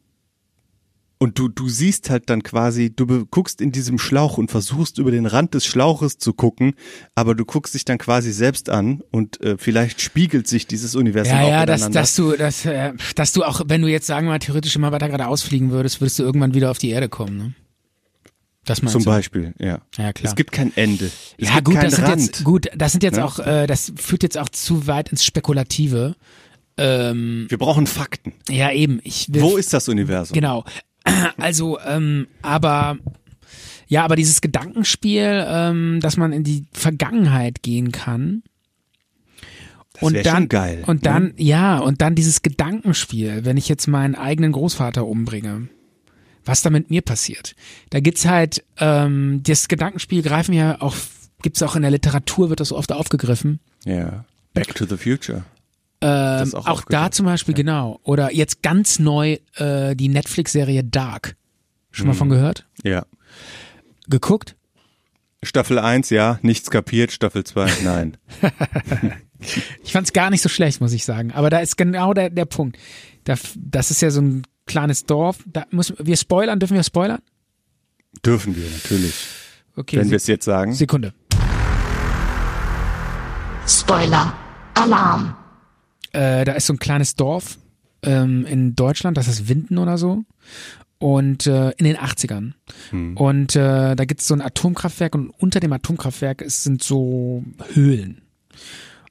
[SPEAKER 4] Und du, du siehst halt dann quasi, du be- guckst in diesem Schlauch und versuchst über den Rand des Schlauches zu gucken, aber du guckst dich dann quasi selbst an und äh, vielleicht spiegelt sich dieses Universum
[SPEAKER 3] Ja,
[SPEAKER 4] auch
[SPEAKER 3] ja, dass,
[SPEAKER 4] ineinander.
[SPEAKER 3] dass du, dass, äh, dass du auch, wenn du jetzt sagen wir mal theoretisch immer weiter gerade ausfliegen würdest, würdest du irgendwann wieder auf die Erde kommen. Ne? Das meinst
[SPEAKER 4] Zum
[SPEAKER 3] du?
[SPEAKER 4] Beispiel, ja.
[SPEAKER 3] Ja, klar.
[SPEAKER 4] Es gibt kein Ende. Es
[SPEAKER 3] ja,
[SPEAKER 4] gibt
[SPEAKER 3] gut,
[SPEAKER 4] keinen
[SPEAKER 3] das sind
[SPEAKER 4] Rand.
[SPEAKER 3] jetzt gut, das sind jetzt
[SPEAKER 4] Ne?
[SPEAKER 3] auch, äh, das führt jetzt auch zu weit ins Spekulative.
[SPEAKER 4] Wir brauchen Fakten.
[SPEAKER 3] Ja, eben. Ich will
[SPEAKER 4] Wo ist das Universum?
[SPEAKER 3] Genau. Also, ähm, aber ja, aber dieses Gedankenspiel, ähm, dass man in die Vergangenheit gehen kann. und
[SPEAKER 4] wär
[SPEAKER 3] dann
[SPEAKER 4] schon geil, ne?
[SPEAKER 3] und dann ja und dann dieses Gedankenspiel, wenn ich jetzt meinen eigenen Großvater umbringe, was da mit mir passiert. Da gibt's halt ähm, das Gedankenspiel greifen ja auch gibt's auch in der Literatur wird das oft aufgegriffen.
[SPEAKER 4] Ja. Back to the Future.
[SPEAKER 3] Genau. Ähm,
[SPEAKER 4] ist auch
[SPEAKER 3] auch da
[SPEAKER 4] aufgegriffen,
[SPEAKER 3] zum Beispiel, genau. Oder jetzt ganz neu äh, die Netflix-Serie Dark. Schon
[SPEAKER 4] Hm.
[SPEAKER 3] mal von gehört?
[SPEAKER 4] Ja.
[SPEAKER 3] Geguckt?
[SPEAKER 4] Staffel 1, ja, nichts kapiert, Staffel 2, nein.
[SPEAKER 3] Ich fand's gar nicht so schlecht, muss ich sagen. Aber da ist genau der, der Punkt. Da, f- das ist ja so ein kleines Dorf. Da müssen wir spoilern, dürfen wir spoilern?
[SPEAKER 4] Dürfen wir natürlich,
[SPEAKER 3] Okay,
[SPEAKER 4] wenn wir
[SPEAKER 3] Sek
[SPEAKER 4] es jetzt sagen.
[SPEAKER 3] Sekunde.
[SPEAKER 6] Spoiler. Alarm.
[SPEAKER 3] Äh, da ist so ein kleines Dorf ähm, in Deutschland, das ist Winden oder so. Und äh, in den 80ern.
[SPEAKER 4] Hm.
[SPEAKER 3] Und äh, da gibt's so ein Atomkraftwerk und unter dem Atomkraftwerk ist, sind so Höhlen.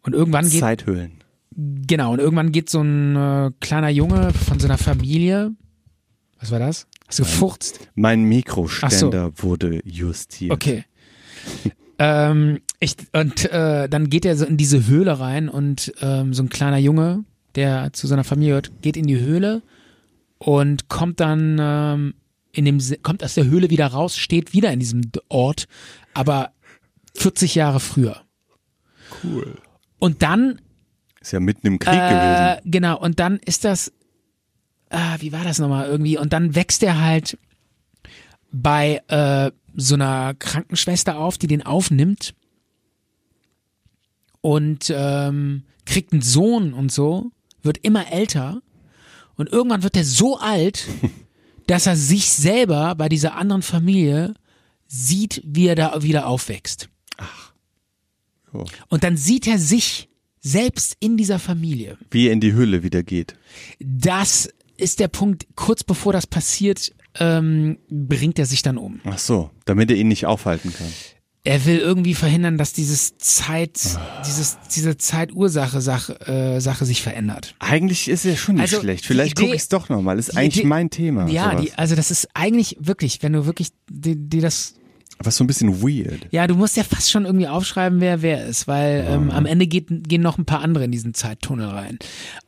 [SPEAKER 3] Und irgendwann geht
[SPEAKER 4] Zeithöhlen.
[SPEAKER 3] Genau, und irgendwann geht so ein äh, kleiner Junge von so einer Familie. Was war das? Hast du gefurzt?
[SPEAKER 4] Mein Mikroständer wurde justiert.
[SPEAKER 3] Okay. ähm, ich, und äh, dann geht er so in diese Höhle rein und ähm, so ein kleiner Junge, der zu seiner Familie gehört, geht in die Höhle und kommt dann ähm, in dem Se- kommt aus der Höhle wieder raus, steht wieder in diesem D- Ort, aber 40 Jahre früher. Cool. Und dann
[SPEAKER 4] Ist ja mitten im Krieg gewesen.
[SPEAKER 3] äh, genau, und dann ist das, ah, wie war das nochmal irgendwie? Und dann wächst er halt bei äh, so einer Krankenschwester auf, die den aufnimmt und ähm, kriegt einen Sohn und so, wird immer älter und irgendwann wird er so alt, dass er sich selber bei dieser anderen Familie sieht, wie er da wieder aufwächst.
[SPEAKER 4] Oh.
[SPEAKER 3] Und dann sieht er sich selbst in dieser Familie
[SPEAKER 4] Wie er in die Höhle wieder geht.
[SPEAKER 3] das ist der Punkt, kurz bevor das passiert, ähm, bringt er sich dann um.
[SPEAKER 4] Ach so, damit er ihn nicht aufhalten kann.
[SPEAKER 3] Er will irgendwie verhindern, dass dieses Zeit, dieses, diese Zeitursache Sache, äh, Sache sich verändert.
[SPEAKER 4] Eigentlich ist er schon nicht
[SPEAKER 3] Also,
[SPEAKER 4] schlecht.
[SPEAKER 3] die
[SPEAKER 4] Vielleicht
[SPEAKER 3] Idee-
[SPEAKER 4] gucke ich es doch nochmal. Ist
[SPEAKER 3] die
[SPEAKER 4] eigentlich
[SPEAKER 3] Idee-
[SPEAKER 4] mein Thema.
[SPEAKER 3] Ja,
[SPEAKER 4] sowas.
[SPEAKER 3] die, also das ist eigentlich wirklich, wenn du wirklich dir dir das,
[SPEAKER 4] Aber ist so ein bisschen weird.
[SPEAKER 3] ja, du musst ja fast schon irgendwie aufschreiben, wer wer ist, weil ähm, am Ende geht, gehen noch ein paar andere in diesen Zeittunnel rein.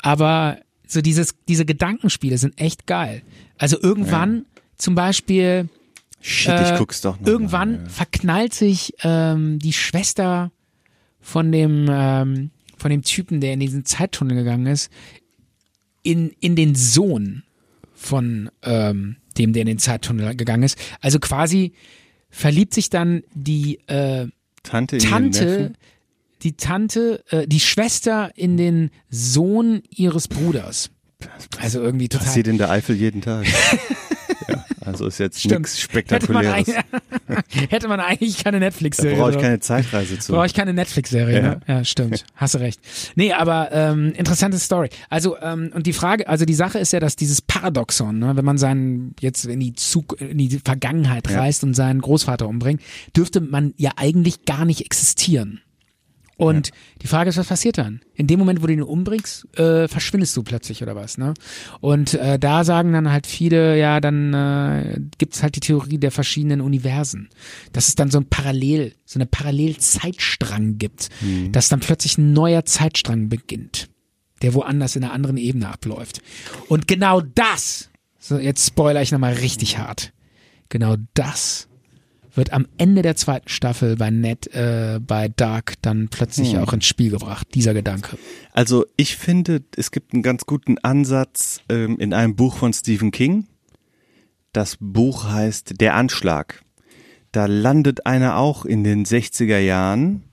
[SPEAKER 3] Aber so dieses, diese Gedankenspiele sind echt geil. Also irgendwann zum Beispiel
[SPEAKER 4] Shit, ich
[SPEAKER 3] Äh,
[SPEAKER 4] guck's doch noch
[SPEAKER 3] Irgendwann
[SPEAKER 4] Mal.
[SPEAKER 3] verknallt sich ähm, die Schwester von dem, ähm, von dem Typen, der in diesen Zeittunnel gegangen ist, in, in den Sohn von ähm, dem, der in den Zeittunnel gegangen ist. Also quasi verliebt sich dann die äh,
[SPEAKER 4] Tante, in den
[SPEAKER 3] Tante,
[SPEAKER 4] Neffen?
[SPEAKER 3] die Tante, äh, die Schwester in den Sohn ihres Bruders. Also irgendwie total.
[SPEAKER 4] Passiert in der Eifel jeden Tag. ja, also ist jetzt
[SPEAKER 3] Stimmt.
[SPEAKER 4] nichts
[SPEAKER 3] Hätte man,
[SPEAKER 4] Spektakuläres.
[SPEAKER 3] eigentlich, hätte man eigentlich keine
[SPEAKER 4] Da
[SPEAKER 3] Netflix-Serie.
[SPEAKER 4] brauche ich
[SPEAKER 3] draus.
[SPEAKER 4] keine Zeitreise zu.
[SPEAKER 3] Brauche ich keine Netflix-Serie,
[SPEAKER 4] Ja.
[SPEAKER 3] ne? Ja, stimmt. Hast du recht. Nee, aber ähm, interessante Story. Also, ähm, und die Frage, also die Sache ist ja, dass dieses Paradoxon, ne, wenn man seinen jetzt in die Zug, in die Vergangenheit
[SPEAKER 4] Ja.
[SPEAKER 3] reist und seinen Großvater umbringt, dürfte man ja eigentlich gar nicht existieren. Und die Frage ist, was passiert dann? In dem Moment, wo du ihn umbringst, äh, verschwindest du plötzlich oder was, ne? Und äh, da sagen dann halt viele, ja, dann äh, gibt's halt die Theorie der verschiedenen Universen. Dass es dann so ein Parallel, so eine Parallelzeitstrang gibt, dass dann plötzlich ein neuer Zeitstrang beginnt, der woanders in einer anderen Ebene abläuft. Und genau das, so jetzt spoiler ich nochmal richtig hart, genau das wird am Ende der zweiten Staffel bei Ned, äh, bei Dark dann plötzlich
[SPEAKER 4] Hm.
[SPEAKER 3] auch ins Spiel gebracht, dieser Gedanke.
[SPEAKER 4] Also ich finde, es gibt einen ganz guten Ansatz ähm, in einem Buch von Stephen King. Das Buch heißt Der Anschlag. Da landet einer auch in den 60er Jahren,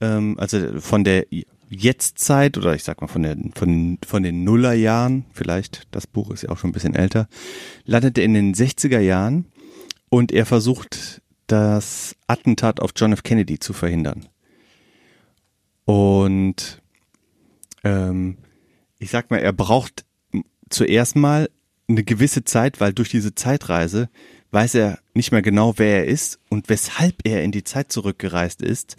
[SPEAKER 4] ähm, also von der Jetztzeit oder ich sag mal von, der, von, den- von den Nullerjahren, vielleicht, das Buch ist ja auch schon ein bisschen älter, landet er in den 60er Jahren und er versucht, das Attentat auf John F. Kennedy zu verhindern. Und ähm, ich sag mal, er braucht m- zuerst mal eine gewisse Zeit, weil durch diese Zeitreise weiß er nicht mehr genau, wer er ist und weshalb er in die Zeit zurückgereist ist,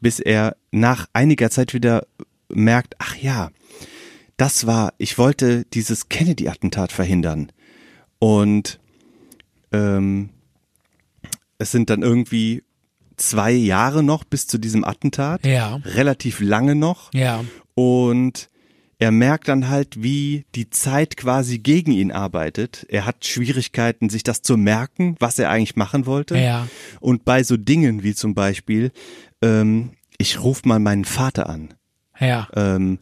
[SPEAKER 4] bis er nach einiger Zeit wieder merkt, ach ja, das war, ich wollte dieses Kennedy-Attentat verhindern. Und ähm, es sind dann irgendwie zwei Jahre noch bis zu diesem Attentat.
[SPEAKER 3] Ja.
[SPEAKER 4] Relativ lange noch.
[SPEAKER 3] Ja.
[SPEAKER 4] Und er merkt dann halt, wie die Zeit quasi gegen ihn arbeitet. Er hat Schwierigkeiten, sich das zu merken, was er eigentlich machen wollte.
[SPEAKER 3] Ja.
[SPEAKER 4] Und bei so Dingen wie zum Beispiel, ähm, ich rufe mal meinen Vater an.
[SPEAKER 3] Ja.
[SPEAKER 4] Ähm,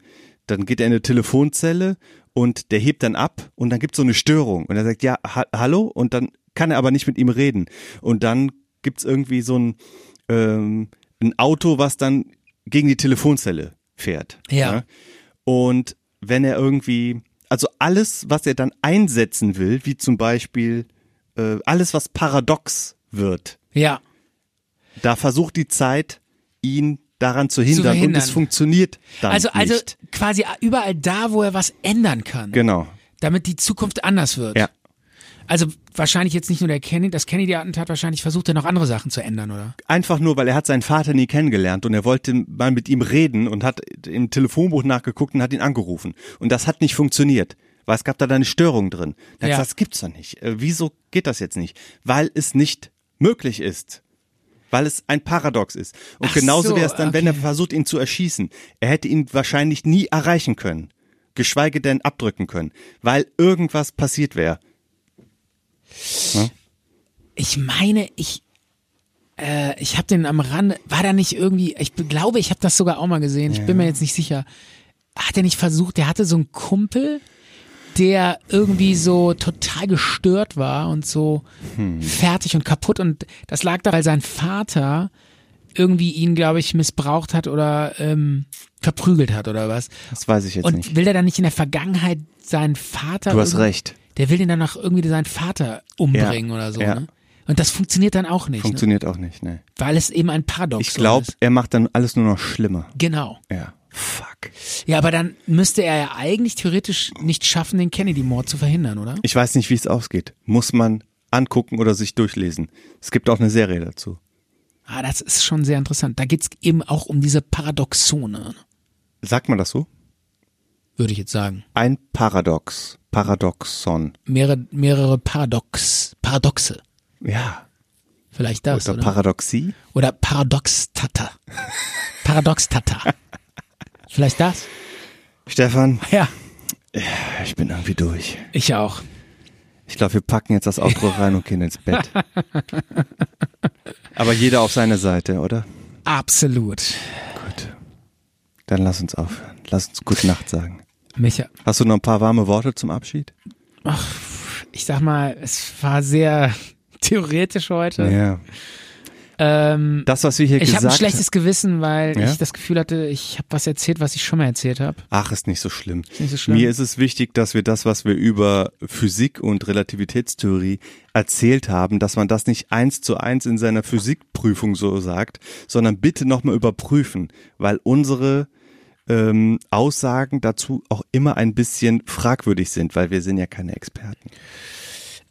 [SPEAKER 4] dann geht er in eine Telefonzelle und der hebt dann ab und dann gibt es so eine Störung. Und er sagt, ja, ha hallo? Und dann kann er aber nicht mit ihm reden. Und dann gibt es irgendwie so ein, ähm, ein Auto, was dann gegen die Telefonzelle fährt.
[SPEAKER 3] Ja.
[SPEAKER 4] ne? Und wenn er irgendwie, also alles, was er dann einsetzen will, wie zum Beispiel äh, alles, was paradox wird,
[SPEAKER 3] Ja.
[SPEAKER 4] da versucht die Zeit, ihn daran zu hindern, und
[SPEAKER 3] verhindern.
[SPEAKER 4] es funktioniert dann
[SPEAKER 3] Also, also
[SPEAKER 4] nicht.
[SPEAKER 3] quasi überall da, wo er was ändern kann,
[SPEAKER 4] Genau.
[SPEAKER 3] damit die Zukunft anders wird.
[SPEAKER 4] Ja.
[SPEAKER 3] Also wahrscheinlich jetzt nicht nur der Kennedy, das Kennedy-Attentat, wahrscheinlich versucht er noch andere Sachen zu ändern, oder?
[SPEAKER 4] Einfach nur, weil er hat seinen Vater nie kennengelernt und er wollte mal mit ihm reden und hat im Telefonbuch nachgeguckt und hat ihn angerufen. Und das hat nicht funktioniert, weil es gab da eine Störung drin. Da
[SPEAKER 3] Ja.
[SPEAKER 4] ja. das gibt's doch nicht. Äh, Wieso geht das jetzt nicht? Weil es nicht möglich ist. Weil es ein Paradox ist. Und
[SPEAKER 3] Ach
[SPEAKER 4] genauso
[SPEAKER 3] so,
[SPEAKER 4] wäre es dann, wenn er
[SPEAKER 3] okay.
[SPEAKER 4] versucht, ihn zu erschießen. Er hätte ihn wahrscheinlich nie erreichen können. Geschweige denn abdrücken können. Weil irgendwas passiert wäre.
[SPEAKER 3] Ich meine, ich äh, ich habe den am Rande, war da nicht irgendwie, ich be- glaube, ich habe das sogar auch mal gesehen, ich bin mir jetzt nicht sicher. Hat er nicht versucht, der hatte so einen Kumpel, der irgendwie so total gestört war und so fertig und kaputt und das lag da, weil sein Vater irgendwie ihn, glaube ich, missbraucht hat oder ähm, verprügelt hat oder was.
[SPEAKER 4] Das weiß ich jetzt
[SPEAKER 3] und
[SPEAKER 4] nicht.
[SPEAKER 3] will der dann nicht in der Vergangenheit seinen Vater?
[SPEAKER 4] Du hast
[SPEAKER 3] irgendwie-
[SPEAKER 4] recht.
[SPEAKER 3] Der will den dann noch irgendwie seinen Vater umbringen
[SPEAKER 4] Ja,
[SPEAKER 3] oder so.
[SPEAKER 4] ja.
[SPEAKER 3] Ne? Und das funktioniert dann auch nicht, ne?
[SPEAKER 4] Funktioniert auch nicht, ne.
[SPEAKER 3] weil es eben ein Paradox
[SPEAKER 4] Ich glaube,
[SPEAKER 3] ist.
[SPEAKER 4] er macht dann alles nur noch schlimmer.
[SPEAKER 3] Genau.
[SPEAKER 4] Ja. Fuck.
[SPEAKER 3] Ja, aber dann müsste er ja eigentlich theoretisch nicht schaffen, den Kennedy-Mord zu verhindern, oder?
[SPEAKER 4] Ich weiß nicht, wie es ausgeht. Muss man angucken oder sich durchlesen. Es gibt auch eine Serie dazu.
[SPEAKER 3] Ah, das ist schon sehr interessant. Da geht's eben auch um diese Paradoxone,
[SPEAKER 4] Sagt man das so?
[SPEAKER 3] würde ich jetzt sagen.
[SPEAKER 4] Ein Paradox. Paradoxon.
[SPEAKER 3] Mehrere, mehrere Paradox, Paradoxe.
[SPEAKER 4] Ja.
[SPEAKER 3] Vielleicht das,
[SPEAKER 4] Oder
[SPEAKER 3] oder?
[SPEAKER 4] Paradoxie?
[SPEAKER 3] oder Paradox-Tata. Paradox-Tata. Vielleicht das?
[SPEAKER 4] Stefan,
[SPEAKER 3] Ja,
[SPEAKER 4] ich bin irgendwie durch.
[SPEAKER 3] ich auch.
[SPEAKER 4] Ich glaube, wir packen jetzt das Outro rein und gehen ins Bett. Aber jeder auf seine Seite, oder?
[SPEAKER 3] Absolut.
[SPEAKER 4] Gut. Dann lass uns aufhören. Lass uns gute Nacht sagen.
[SPEAKER 3] Micha,
[SPEAKER 4] Hast du noch ein paar warme Worte zum Abschied?
[SPEAKER 3] ich sag mal, es war sehr theoretisch heute.
[SPEAKER 4] Ja.
[SPEAKER 3] Ähm,
[SPEAKER 4] Das, was wir hier
[SPEAKER 3] ich
[SPEAKER 4] gesagt
[SPEAKER 3] habe ein schlechtes Gewissen, weil
[SPEAKER 4] Ja?
[SPEAKER 3] ich das Gefühl hatte, ich habe was erzählt, was ich schon mal erzählt habe.
[SPEAKER 4] Ach, ist nicht so schlimm.
[SPEAKER 3] nicht so schlimm.
[SPEAKER 4] Mir ist es wichtig, dass wir das, was wir über Physik und Relativitätstheorie erzählt haben, dass man das nicht eins zu eins in seiner Physikprüfung so sagt, sondern bitte nochmal überprüfen, weil unsere ähm, Aussagen dazu auch immer ein bisschen fragwürdig sind, weil wir sind ja keine Experten.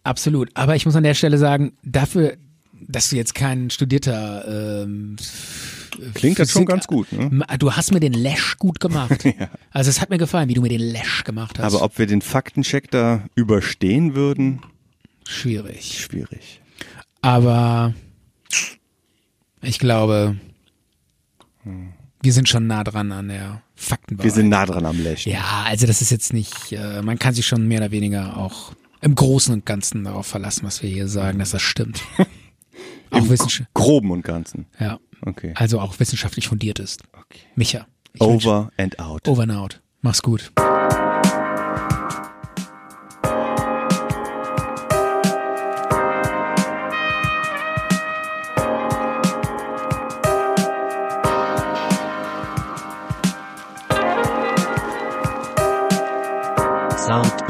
[SPEAKER 3] Absolut. Aber ich muss an der Stelle sagen, dafür, dass du jetzt kein studierter ähm,
[SPEAKER 4] Klingt das schon ganz gut, ne?
[SPEAKER 3] Ma- Du hast mir den Lash gut gemacht. Also es hat mir gefallen, wie du mir den Lash gemacht hast.
[SPEAKER 4] Aber ob wir den Faktencheck da überstehen würden,
[SPEAKER 3] Schwierig.
[SPEAKER 4] schwierig.
[SPEAKER 3] Aber ich glaube, wir sind schon nah dran an der Faktenwahrheit.
[SPEAKER 4] Wir sind nah dran am Lächeln.
[SPEAKER 3] ja, also das ist jetzt nicht, äh, man kann sich schon mehr oder weniger auch im Großen und Ganzen darauf verlassen, was wir hier sagen, dass das stimmt. auch wissenschaftlich.
[SPEAKER 4] Groben und Ganzen.
[SPEAKER 3] Ja.
[SPEAKER 4] Okay.
[SPEAKER 3] Also auch wissenschaftlich fundiert ist.
[SPEAKER 4] Okay.
[SPEAKER 3] Micha. ich wünsch-
[SPEAKER 4] Over and out.
[SPEAKER 3] Over and out. Mach's gut.
[SPEAKER 1] Zart